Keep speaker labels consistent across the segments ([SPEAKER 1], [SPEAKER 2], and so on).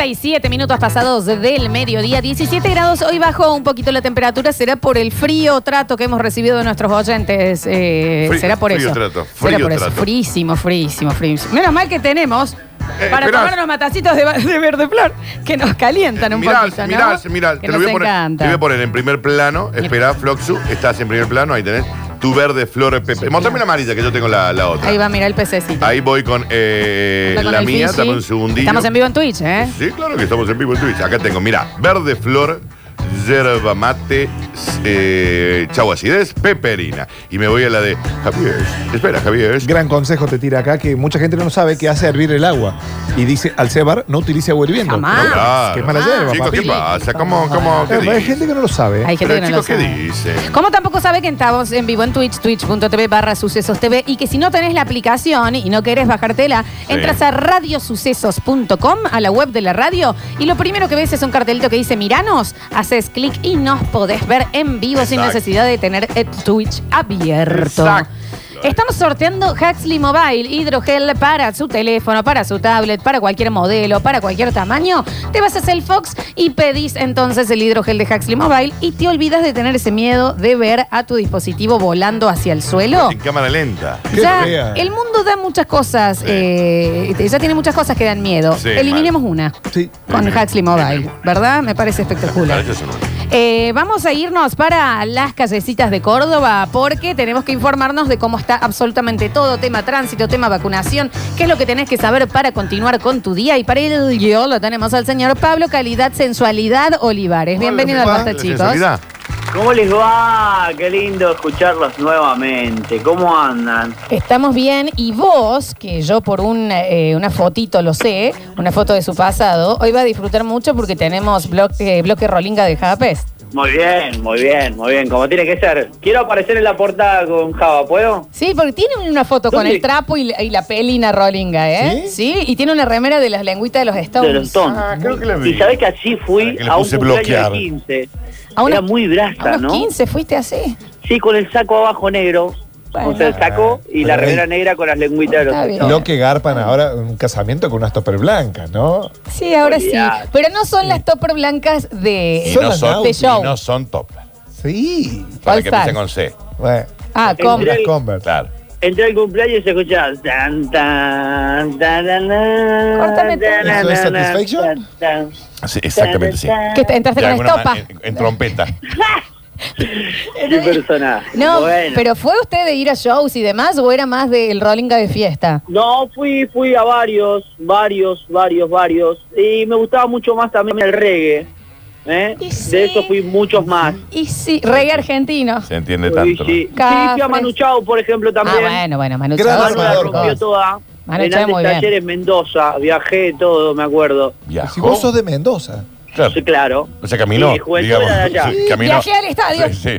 [SPEAKER 1] Ay, siete minutos pasados del mediodía, 17 grados. Hoy bajó un poquito la temperatura. Será por el frío trato que hemos recibido de nuestros oyentes. eh,
[SPEAKER 2] Frío,
[SPEAKER 1] será por
[SPEAKER 2] frío
[SPEAKER 1] eso.
[SPEAKER 2] trato,
[SPEAKER 1] será
[SPEAKER 2] frío
[SPEAKER 1] por eso.
[SPEAKER 2] trato.
[SPEAKER 1] Frísimo, frísimo, frísimo. Menos mal que tenemos
[SPEAKER 2] Eh,
[SPEAKER 1] para
[SPEAKER 2] esperá.
[SPEAKER 1] tomar unos matacitos de, va- de verde flor que nos calientan un
[SPEAKER 2] Mirá,
[SPEAKER 1] poquito, ¿no?
[SPEAKER 2] mirá, mirá,
[SPEAKER 1] Que
[SPEAKER 2] te lo
[SPEAKER 1] nos
[SPEAKER 2] voy a poner.
[SPEAKER 1] encanta.
[SPEAKER 2] Te voy a poner en primer plano. Espera, Floxu, estás en primer plano, ahí tenés. Tu verde flor Pepe. Mostrame la amarilla que yo tengo la, la otra.
[SPEAKER 1] Ahí va, mira el pececito.
[SPEAKER 2] Ahí voy con eh,
[SPEAKER 1] Está con
[SPEAKER 2] la
[SPEAKER 1] el
[SPEAKER 2] mía,
[SPEAKER 1] Fiji.
[SPEAKER 2] dame un segundillo.
[SPEAKER 1] Estamos en vivo en Twitch, ¿eh?
[SPEAKER 2] Sí, claro que estamos en vivo en Twitch. Acá tengo, mira, verde flor, yerba mate, eh, chau acidez, peperina. Y me voy a la de Javier. Espera, Javier.
[SPEAKER 3] Gran consejo te tira acá que mucha gente no sabe que hace hervir el agua. Y dice al cebar, no utilice agua hirviendo.
[SPEAKER 1] Jamás.
[SPEAKER 3] No,
[SPEAKER 2] Claro.
[SPEAKER 3] Qué mala
[SPEAKER 1] Jamás.
[SPEAKER 3] hierba,
[SPEAKER 2] Chicos, ¿qué
[SPEAKER 3] papi.
[SPEAKER 2] pasa? ¿Cómo, cómo, qué
[SPEAKER 3] Claro, hay
[SPEAKER 2] dicen?
[SPEAKER 3] gente que no lo sabe. ¿eh?
[SPEAKER 1] Hay gente
[SPEAKER 2] Pero,
[SPEAKER 1] que no lo
[SPEAKER 2] chicos, ¿qué
[SPEAKER 1] sabe.
[SPEAKER 2] dicen?
[SPEAKER 1] Como tampoco sabe que estamos en vivo en Twitch, twitch.tv barra sucesos TV y que si no tenés la aplicación y no querés bajártela, entras a radiosucesos.com, a la web de la radio, y lo primero que ves es un cartelito que dice Miranos, haces clic y nos podés ver en vivo sin
[SPEAKER 2] Exacto.
[SPEAKER 1] necesidad de tener el Twitch abierto.
[SPEAKER 2] Exacto.
[SPEAKER 1] Estamos sorteando Huxley Mobile, hidrogel para su teléfono, para su tablet, para cualquier modelo, para cualquier tamaño. Te vas a Cellfox y pedís entonces el hidrogel de Huxley Mobile y te olvidas de tener ese miedo de ver a tu dispositivo volando hacia el suelo.
[SPEAKER 2] En cámara lenta.
[SPEAKER 3] Qué
[SPEAKER 1] Ya,
[SPEAKER 3] fea.
[SPEAKER 1] el mundo da muchas cosas, eh, ya tiene muchas cosas que dan miedo.
[SPEAKER 2] Sí,
[SPEAKER 1] Eliminemos una
[SPEAKER 3] Sí.
[SPEAKER 1] con
[SPEAKER 2] Eliminemos-
[SPEAKER 1] Huxley Mobile,
[SPEAKER 2] eliminemos.
[SPEAKER 1] ¿verdad? Me parece espectacular.
[SPEAKER 2] Para eso son-
[SPEAKER 1] Eh, vamos a irnos para las callecitas de Córdoba porque tenemos que informarnos de cómo está absolutamente todo, tema tránsito, tema vacunación, qué es lo que tenés que saber para continuar con tu día y para el yo lo tenemos al señor Pablo Calidad Sensualidad Olivares. Bienvenido
[SPEAKER 2] Hola,
[SPEAKER 1] al Basta,
[SPEAKER 2] la
[SPEAKER 1] chicos.
[SPEAKER 2] sensualidad.
[SPEAKER 4] ¿Cómo les va? Qué lindo escucharlos nuevamente. ¿Cómo andan?
[SPEAKER 1] Estamos bien y vos, que yo por un, eh, una fotito lo sé, una foto de su pasado, hoy va a disfrutar mucho porque tenemos bloque, bloque rolinga de Japes.
[SPEAKER 4] Muy bien, muy bien, muy bien. Como tiene que ser. Quiero aparecer en la portada con Java, ¿puedo?
[SPEAKER 1] Sí, porque tiene una foto con
[SPEAKER 4] ¿Dónde?
[SPEAKER 1] el trapo y la, y la pelina rolinga, ¿eh? ¿Sí? y tiene una remera de las lengüitas de los Stones.
[SPEAKER 4] De los Stones.
[SPEAKER 2] Ah, creo que la vi.
[SPEAKER 4] Y sabés que así
[SPEAKER 2] Para
[SPEAKER 4] fui
[SPEAKER 2] que le
[SPEAKER 4] a un
[SPEAKER 2] puse
[SPEAKER 4] cumpleaños
[SPEAKER 2] bloquear.
[SPEAKER 4] de 15.
[SPEAKER 1] A una-
[SPEAKER 4] Era muy
[SPEAKER 1] Ah, A
[SPEAKER 4] brasa,
[SPEAKER 1] unos
[SPEAKER 4] ¿no?
[SPEAKER 1] 15 fuiste así.
[SPEAKER 4] Sí, con el saco abajo negro.
[SPEAKER 1] Bueno.
[SPEAKER 4] O sea, el saco y la
[SPEAKER 3] Pero,
[SPEAKER 4] remera
[SPEAKER 3] hey.
[SPEAKER 4] negra con las lengüitas de los
[SPEAKER 1] Está bien.
[SPEAKER 3] Lo que garpan ahora un casamiento con unas topper blancas, ¿no?
[SPEAKER 1] Sí, ahora sí.
[SPEAKER 4] Olvidate.
[SPEAKER 1] Pero no son las topper blancas de,
[SPEAKER 2] Y
[SPEAKER 3] Son
[SPEAKER 2] no
[SPEAKER 3] las
[SPEAKER 2] son,
[SPEAKER 1] de Este show.
[SPEAKER 2] y no son top.
[SPEAKER 3] Sí.
[SPEAKER 2] Para
[SPEAKER 1] All
[SPEAKER 2] que
[SPEAKER 1] stars.
[SPEAKER 2] empiecen con C.
[SPEAKER 3] Bueno,
[SPEAKER 1] Ah,
[SPEAKER 4] Entre-
[SPEAKER 1] ¿cómo?
[SPEAKER 3] unas Converse.
[SPEAKER 2] Claro.
[SPEAKER 4] Entré al cumpleaños y se escuchaba. Tan, tan, tan, tan, tan,
[SPEAKER 1] Córtame todo.
[SPEAKER 4] tan,
[SPEAKER 3] ¿Eso es
[SPEAKER 4] tan, tan,
[SPEAKER 3] Satisfaction?
[SPEAKER 4] tan, tan,
[SPEAKER 2] Sí, exactamente, sí.
[SPEAKER 4] tan,
[SPEAKER 1] Que te- entraste
[SPEAKER 2] De
[SPEAKER 1] con
[SPEAKER 2] alguna
[SPEAKER 1] estopa.
[SPEAKER 2] man- en, en trompeta.
[SPEAKER 4] Qué personaje.
[SPEAKER 1] No,
[SPEAKER 4] Bueno.
[SPEAKER 1] pero ¿fue usted de ir a shows y demás o era más del rolinga de fiesta?
[SPEAKER 4] No, fui, fui a varios, varios, varios, varios. Y me gustaba mucho más también el reggae. ¿eh?
[SPEAKER 1] Y sí.
[SPEAKER 4] De eso fui muchos más.
[SPEAKER 1] Y sí, reggae argentino.
[SPEAKER 2] Se entiende
[SPEAKER 4] Sí,
[SPEAKER 2] tanto.
[SPEAKER 4] sí.
[SPEAKER 2] ¿no?
[SPEAKER 4] Sí, fui a
[SPEAKER 1] Cafres.
[SPEAKER 4] Manu Chao, por ejemplo,
[SPEAKER 1] Ah,
[SPEAKER 4] también.
[SPEAKER 1] bueno, bueno, Manu
[SPEAKER 3] Gran
[SPEAKER 1] Chao,
[SPEAKER 4] Manu la
[SPEAKER 3] armador,
[SPEAKER 1] otra
[SPEAKER 4] rompió
[SPEAKER 1] cosa.
[SPEAKER 4] toda.
[SPEAKER 1] Manu
[SPEAKER 4] en
[SPEAKER 1] Chao, muy bien.
[SPEAKER 4] Talleres, Mendoza. Viajé todo, me acuerdo.
[SPEAKER 2] Viajó.
[SPEAKER 3] Si vos sos de Mendoza.
[SPEAKER 2] Claro.
[SPEAKER 4] Sí, claro.
[SPEAKER 2] O sea, caminó.
[SPEAKER 4] Sí, juventud
[SPEAKER 2] digamos.
[SPEAKER 4] era de allá.
[SPEAKER 2] Sí, caminó.
[SPEAKER 1] Viajé al estadio.
[SPEAKER 2] Sí, sí.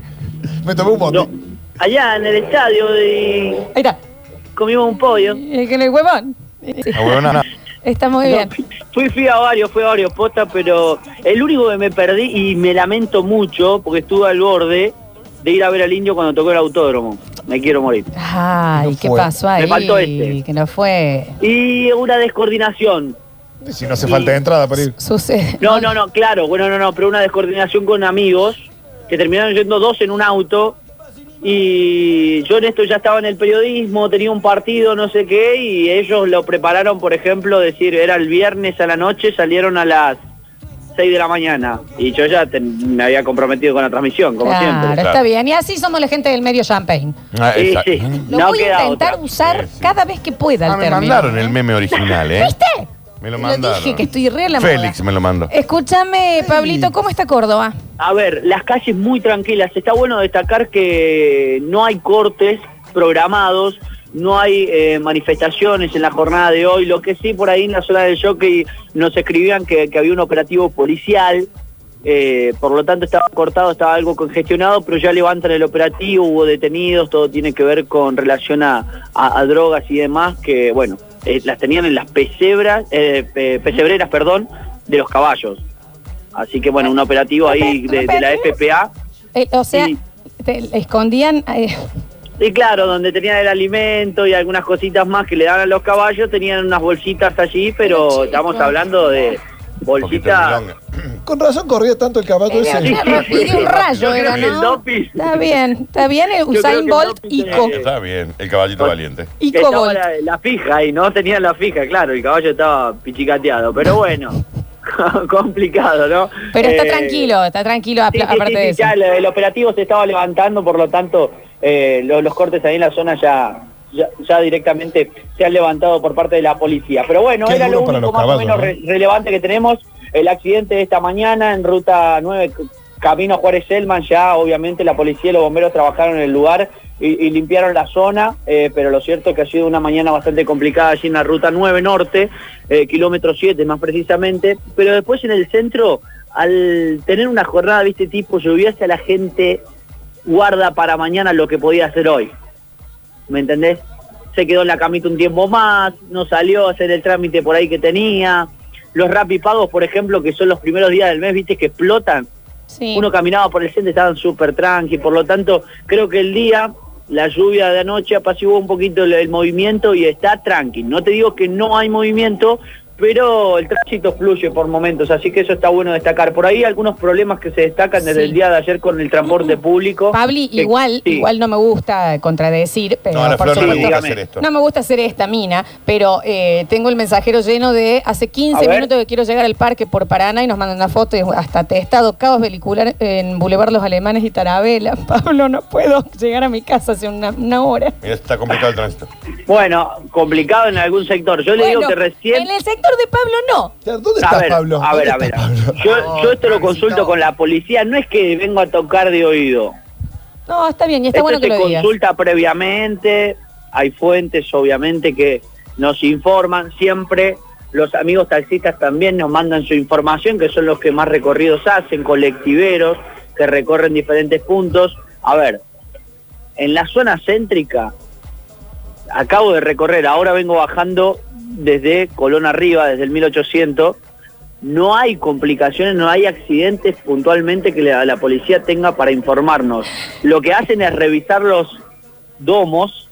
[SPEAKER 3] Me tomé un
[SPEAKER 4] No,
[SPEAKER 3] montón.
[SPEAKER 4] allá en el estadio y
[SPEAKER 1] Ahí está.
[SPEAKER 4] comimos un pollo.
[SPEAKER 1] Eh, que en el huevón.
[SPEAKER 2] No, huevona, no.
[SPEAKER 1] Está muy
[SPEAKER 4] No,
[SPEAKER 1] bien.
[SPEAKER 4] fui, fui a varios, fui a varios postas, pero el único que me perdí y me lamento mucho porque estuve al borde de ir a ver al indio cuando tocó el autódromo. Me quiero morir.
[SPEAKER 1] Ay,
[SPEAKER 3] No
[SPEAKER 1] ¿qué
[SPEAKER 3] fue.
[SPEAKER 1] pasó ahí?
[SPEAKER 4] faltó este.
[SPEAKER 1] Que no fue.
[SPEAKER 4] Y una descoordinación.
[SPEAKER 3] Si no hace falta de entrada para ir.
[SPEAKER 1] Sucede.
[SPEAKER 4] No, no, no, claro, bueno, no, no, pero una descoordinación con amigos que terminaron yendo dos en un auto. Y yo en esto ya estaba en el periodismo, tenía un partido, no sé qué, y ellos lo prepararon, por ejemplo, decir, era el viernes a la noche, salieron a las 6 de la mañana. Y yo ya ten- me había comprometido con la transmisión, como
[SPEAKER 1] Claro,
[SPEAKER 4] siempre.
[SPEAKER 1] está bien. Y así somos la gente del medio champagne.
[SPEAKER 2] Ah,
[SPEAKER 4] Sí,
[SPEAKER 2] exacto.
[SPEAKER 4] sí.
[SPEAKER 1] Lo
[SPEAKER 4] No
[SPEAKER 1] voy a
[SPEAKER 4] queda
[SPEAKER 1] intentar
[SPEAKER 4] otra.
[SPEAKER 1] usar
[SPEAKER 2] Sí, sí.
[SPEAKER 1] cada vez que pueda el
[SPEAKER 2] Ah, me
[SPEAKER 1] término,
[SPEAKER 2] mandaron
[SPEAKER 1] ¿eh?
[SPEAKER 2] el meme original, ¿eh?
[SPEAKER 1] ¿Viste?
[SPEAKER 2] Me lo
[SPEAKER 1] Lo
[SPEAKER 2] mandaron.
[SPEAKER 1] dije, que estoy re a la moda.
[SPEAKER 2] Félix me lo mandó.
[SPEAKER 1] Escúchame, Pablito, ¿cómo está Córdoba?
[SPEAKER 4] A ver, las calles muy tranquilas. Está bueno destacar que no hay cortes programados, no hay eh, manifestaciones en la jornada de hoy. Lo que sí, por ahí en la zona del jockey nos escribían que, que había un operativo policial. eh, por lo tanto estaba cortado, estaba algo congestionado, pero ya levantan el operativo, hubo detenidos, todo tiene que ver con relación a, a- a drogas y demás, que bueno, eh, las tenían en las pesebras, eh, pe- pesebreras, perdón, de los caballos. Así que bueno, un operativo ahí de, de la FPA.
[SPEAKER 1] Eh, o sea,
[SPEAKER 4] Sí.
[SPEAKER 1] te le escondían. eh,
[SPEAKER 4] Y claro, donde tenían el alimento y algunas cositas más que le daban a los caballos, tenían unas bolsitas allí, pero
[SPEAKER 1] Chicos.
[SPEAKER 4] estamos hablando de, Bolsita.
[SPEAKER 3] Con razón corría tanto el caballo
[SPEAKER 1] Era,
[SPEAKER 3] ese.
[SPEAKER 1] una-
[SPEAKER 4] sí, sí,
[SPEAKER 1] era un
[SPEAKER 4] sí.
[SPEAKER 1] rayo,
[SPEAKER 4] Yo
[SPEAKER 1] era,
[SPEAKER 4] creo que el
[SPEAKER 1] ¿no?
[SPEAKER 4] doping-
[SPEAKER 1] Está bien, está bien. eh,
[SPEAKER 4] creo que
[SPEAKER 1] Usain
[SPEAKER 4] el
[SPEAKER 1] Bolt,
[SPEAKER 4] doping
[SPEAKER 1] Ico.
[SPEAKER 4] tiene-
[SPEAKER 2] Está bien, el caballito valiente.
[SPEAKER 4] que
[SPEAKER 1] Ico
[SPEAKER 4] estaba
[SPEAKER 1] Bolt.
[SPEAKER 4] la, la fija ahí, ¿no? Tenían la fija, claro, el caballo estaba pichicateado, pero bueno, complicado, ¿no?
[SPEAKER 1] Pero está
[SPEAKER 4] Eh,
[SPEAKER 1] tranquilo, está tranquilo, apla-
[SPEAKER 4] Sí, sí, sí,
[SPEAKER 1] aparte
[SPEAKER 4] sí,
[SPEAKER 1] de eso.
[SPEAKER 4] ya el, el operativo se estaba levantando, por lo tanto, eh, lo- los cortes ahí en la zona ya, ya, ya directamente se han levantado por parte de la policía. Pero bueno,
[SPEAKER 3] Qué
[SPEAKER 4] era lo
[SPEAKER 3] duro para
[SPEAKER 4] único
[SPEAKER 3] los
[SPEAKER 4] más o
[SPEAKER 3] caballos,
[SPEAKER 4] menos
[SPEAKER 3] ¿no?
[SPEAKER 4] re- relevante que tenemos. El accidente de esta mañana en ruta 9, c- camino a Juárez Selman, ya obviamente la policía y los bomberos trabajaron en el lugar y, y limpiaron la zona, eh, pero lo cierto es que ha sido una mañana bastante complicada allí en la ruta 9 norte, eh, kilómetro 7 más precisamente, pero después en el centro, al tener una jornada de este tipo lluviosa, la gente guarda para mañana lo que podía hacer hoy. ¿Me entendés? Se quedó en la camita un tiempo más, no salió a hacer el trámite por ahí que tenía. Los rapipagos, por ejemplo, que son los primeros días del mes, viste, que explotan.
[SPEAKER 1] Sí.
[SPEAKER 4] Uno caminaba por el centro, estaban súper tranqui. Por lo tanto, creo que el día, la lluvia de anoche apaciguó un poquito el, el movimiento y está tranqui. No te digo que no hay movimiento, pero el tránsito fluye por momentos. Así que eso está bueno destacar. Por ahí algunos problemas que se destacan desde
[SPEAKER 1] Sí.
[SPEAKER 4] el día de ayer con el transporte público.
[SPEAKER 1] Pabli,
[SPEAKER 4] Que-
[SPEAKER 1] igual,
[SPEAKER 4] sí.
[SPEAKER 1] igual no me gusta contradecir, pero
[SPEAKER 2] No, a la
[SPEAKER 1] por
[SPEAKER 2] Flor no le
[SPEAKER 1] supuesto-
[SPEAKER 2] gusta
[SPEAKER 4] dígame.
[SPEAKER 2] hacer esto.
[SPEAKER 1] No me gusta hacer esta mina, pero eh, tengo el mensajero lleno de hace 15
[SPEAKER 4] A ver.
[SPEAKER 1] minutos que quiero llegar al parque por Paraná y nos mandan una foto y hasta testado caos velicular en Boulevard Los Alemanes y Tarabela. Pablo, no puedo llegar a mi casa hace una, una hora.
[SPEAKER 2] Mira, está complicado el tránsito.
[SPEAKER 4] Bueno, complicado en algún sector. Yo le digo que
[SPEAKER 1] Bueno,
[SPEAKER 4] recién...
[SPEAKER 1] En el sector de Pablo no.
[SPEAKER 3] Ya, ¿Dónde
[SPEAKER 4] A
[SPEAKER 3] está
[SPEAKER 4] ver,
[SPEAKER 3] Pablo?
[SPEAKER 4] a ver, a
[SPEAKER 3] ¿Dónde
[SPEAKER 4] ver.
[SPEAKER 3] está Pablo?
[SPEAKER 4] Yo, yo esto lo consulto con la policía. No es que vengo a tocar de oído.
[SPEAKER 1] No, está bien, y está
[SPEAKER 4] Esto
[SPEAKER 1] bueno que
[SPEAKER 4] Este se
[SPEAKER 1] lo digas.
[SPEAKER 4] consulta previamente, hay fuentes obviamente que nos informan, siempre los amigos taxistas también nos mandan su información, que son los que más recorridos hacen, colectiveros, que recorren diferentes puntos. A ver, en la zona céntrica, acabo de recorrer, ahora vengo bajando desde Colón arriba, desde el 1800, no hay complicaciones, no hay accidentes puntualmente que la, la policía tenga para informarnos. Lo que hacen es revisar los domos